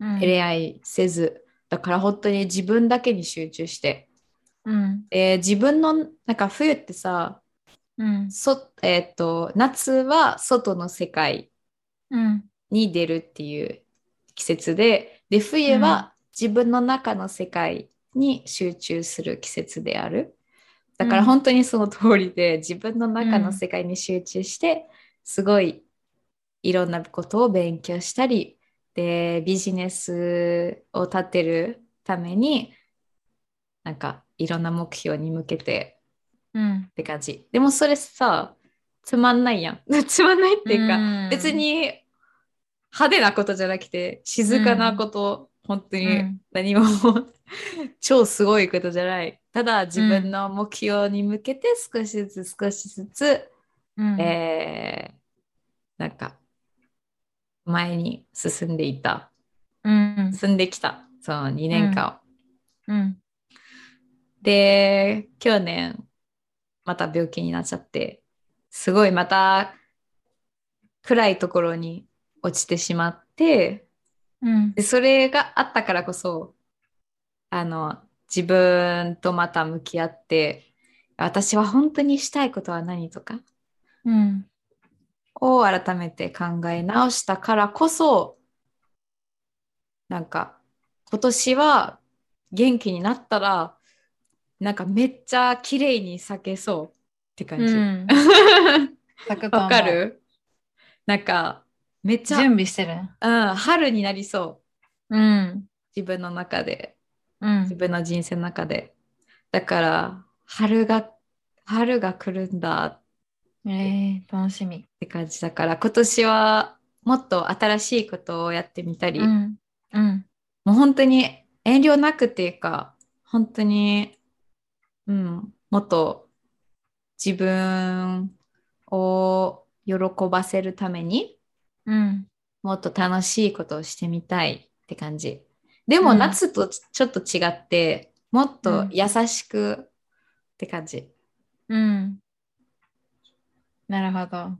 [SPEAKER 2] うん。
[SPEAKER 1] 恋愛せず、だから本当に自分だけに集中して、
[SPEAKER 2] うん。
[SPEAKER 1] で自分の、なんか冬ってさ、
[SPEAKER 2] うん。
[SPEAKER 1] そえっと、夏は外の世界
[SPEAKER 2] うん。
[SPEAKER 1] に出るっていう季節で、で、冬は自分の中の世界に集中する季節である。だから
[SPEAKER 2] うん
[SPEAKER 1] 本当にその通りで、自分の中の世界に集中して、すごいいろんなことを勉強したり、で、ビジネスを立てるために、なんかいろんな目標に向けて
[SPEAKER 2] うん
[SPEAKER 1] って感じ。でもそれさ、つまんないやん。 (laughs) つまんないっていうか、別、に派手なことじゃなくて静かなこと、本当
[SPEAKER 2] う
[SPEAKER 1] に
[SPEAKER 2] ん
[SPEAKER 1] 何も、超すごいことじゃないただ自分の目標に向けて少しずつ少しずつ、
[SPEAKER 2] うん。
[SPEAKER 1] えーなんか前に進んでいた
[SPEAKER 2] うん。
[SPEAKER 1] 進んできたその2年間を、
[SPEAKER 2] うん。
[SPEAKER 1] で去年また病気になっちゃってすごいまた暗いところに落ちてしまって
[SPEAKER 2] うん。
[SPEAKER 1] でそれがあったからこそあの自分とまた向き合って私は本当にしたいことは何とか
[SPEAKER 2] うん。
[SPEAKER 1] を改めて考え直したからこそなんか今年は元気になったらなんかめっちゃ綺麗に咲けそうって感じ。
[SPEAKER 2] うん。
[SPEAKER 1] (laughs) わかるなんかめっちゃ、
[SPEAKER 2] 準備してる。
[SPEAKER 1] うん、春になりそう
[SPEAKER 2] うん。
[SPEAKER 1] 自分の中で。
[SPEAKER 2] う
[SPEAKER 1] 自
[SPEAKER 2] ん。
[SPEAKER 1] 分の人生の中で。だから、春が、春が来るんだっ
[SPEAKER 2] ええ、楽しみ。
[SPEAKER 1] て感じだから、今年はもっと新しいことをやってみたり、も
[SPEAKER 2] ん。うん。
[SPEAKER 1] う本当に遠慮なくっていうか、本当に、うん、もっと自分を喜ばせるために、
[SPEAKER 2] うん。
[SPEAKER 1] もっと楽しいことをしてみたいって感じ。でも
[SPEAKER 2] うん
[SPEAKER 1] 夏とちちょっと違って、もっと優しくって感じ。
[SPEAKER 2] うん。なるほど。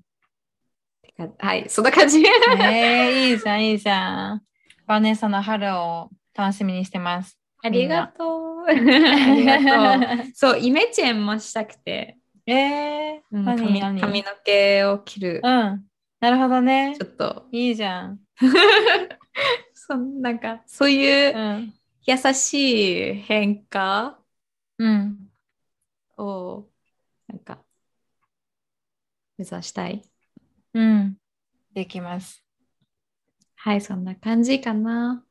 [SPEAKER 1] てかはい、そんな感じ。
[SPEAKER 2] ええ、いいじゃん、いいじゃん。バネさんの春を楽しみにしてます。
[SPEAKER 1] ありがとう。あ
[SPEAKER 2] あ
[SPEAKER 1] りがとう。そう、イメチェンもしたくて、
[SPEAKER 2] う。ええ、
[SPEAKER 1] うん
[SPEAKER 2] 何
[SPEAKER 1] 髪
[SPEAKER 2] 何
[SPEAKER 1] 髪の毛を切る
[SPEAKER 2] う。ん。なるほどね
[SPEAKER 1] ちょ。っと、
[SPEAKER 2] いいじゃん。。
[SPEAKER 1] そんなんか、そういううん優しい変化
[SPEAKER 2] うん。
[SPEAKER 1] を、なんか、目指したい。
[SPEAKER 2] うん。できます。
[SPEAKER 1] はい、そんな感じかな。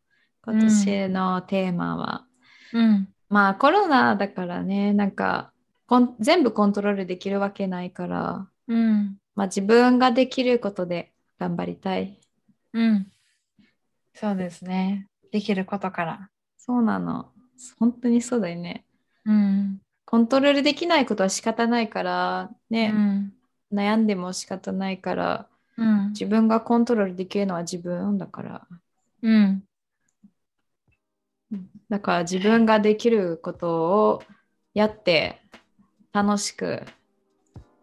[SPEAKER 1] 今年のテーマは。
[SPEAKER 2] うん。
[SPEAKER 1] まあ、コロナだからね、なんか、こん全部コントロールできるわけないから、
[SPEAKER 2] うん。
[SPEAKER 1] まあ、自分ができることで頑張りたい。
[SPEAKER 2] うん。そうですね。できることから。
[SPEAKER 1] そうなの。本当にそうだよね。
[SPEAKER 2] うん。
[SPEAKER 1] コントロールできないことは仕方ないから、
[SPEAKER 2] う
[SPEAKER 1] ね、
[SPEAKER 2] ん。
[SPEAKER 1] 悩んでも仕方ないから、
[SPEAKER 2] うん。
[SPEAKER 1] 自分がコントロールできるのは自分だから。
[SPEAKER 2] うん。
[SPEAKER 1] だから自分ができることをやって、楽しく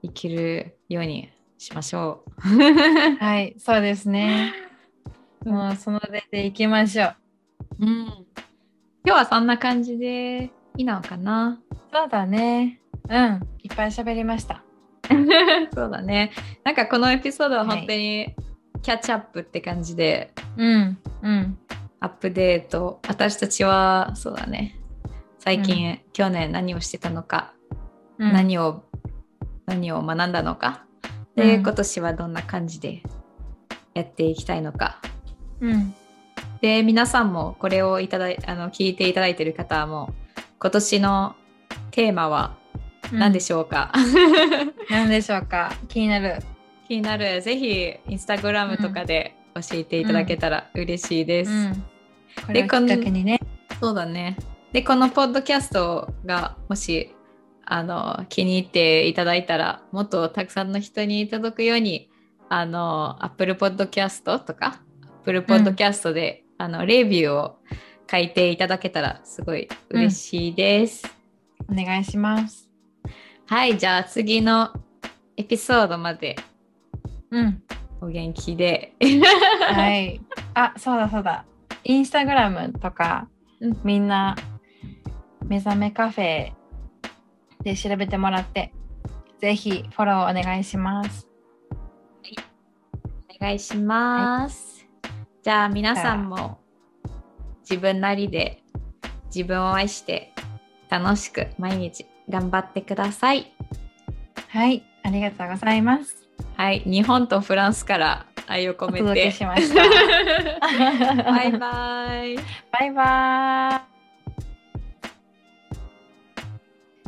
[SPEAKER 1] 生きるようにしましょう。
[SPEAKER 2] はい、そうですね。
[SPEAKER 1] うん
[SPEAKER 2] もうその出でいきましょう。
[SPEAKER 1] うん、今日はそんな感じでいいのかな。
[SPEAKER 2] そうだね。うん。いっぱい喋りました。 (laughs)
[SPEAKER 1] そうだね。なんかこのエピソードは本当にキャッチアップって感じで、
[SPEAKER 2] うん。うん。
[SPEAKER 1] アップデート。私たちは、そうだね。最近、去年何をしてたのか、
[SPEAKER 2] うん、
[SPEAKER 1] 何を、何を学んだのか。で、
[SPEAKER 2] うん
[SPEAKER 1] 今年はどんな感じでやっていきたいのか。
[SPEAKER 2] うん。
[SPEAKER 1] で、皆さんもこれをいただいあの聞いていただいている方も、今年のテーマは何でしょうか、
[SPEAKER 2] 何でしょうか気になる。
[SPEAKER 1] 気になる。ぜひ、インスタグラムとかで教えていただけたら嬉しいです。
[SPEAKER 2] うんこれをきっかけにね。
[SPEAKER 1] そうだね。で、このポッドキャストがもしあの気に入っていただいたら、もっとたくさんの人に届くように、あの Apple Podcast とか Apple Podcast で、あのレビューを書いていただけたらすごい嬉しいです。
[SPEAKER 2] お願いします。
[SPEAKER 1] はい、じゃあ次のエピソードまで
[SPEAKER 2] うん。
[SPEAKER 1] お元気で。
[SPEAKER 2] はい。あ、そうだそうだ。インスタグラムとか、
[SPEAKER 1] うん
[SPEAKER 2] みんな、目覚めカフェで調べてもらって、ぜひフォローお願いします。
[SPEAKER 1] お願いします。じゃあ皆さんも自分なりで自分を愛して楽しく毎日頑張ってください。
[SPEAKER 2] はい。ありがとうございます。
[SPEAKER 1] はい、日本とフランスから愛を
[SPEAKER 2] お
[SPEAKER 1] 込め
[SPEAKER 2] 届け
[SPEAKER 1] て (laughs)
[SPEAKER 2] し。ました。
[SPEAKER 1] バイバイ。
[SPEAKER 2] バイバーイ。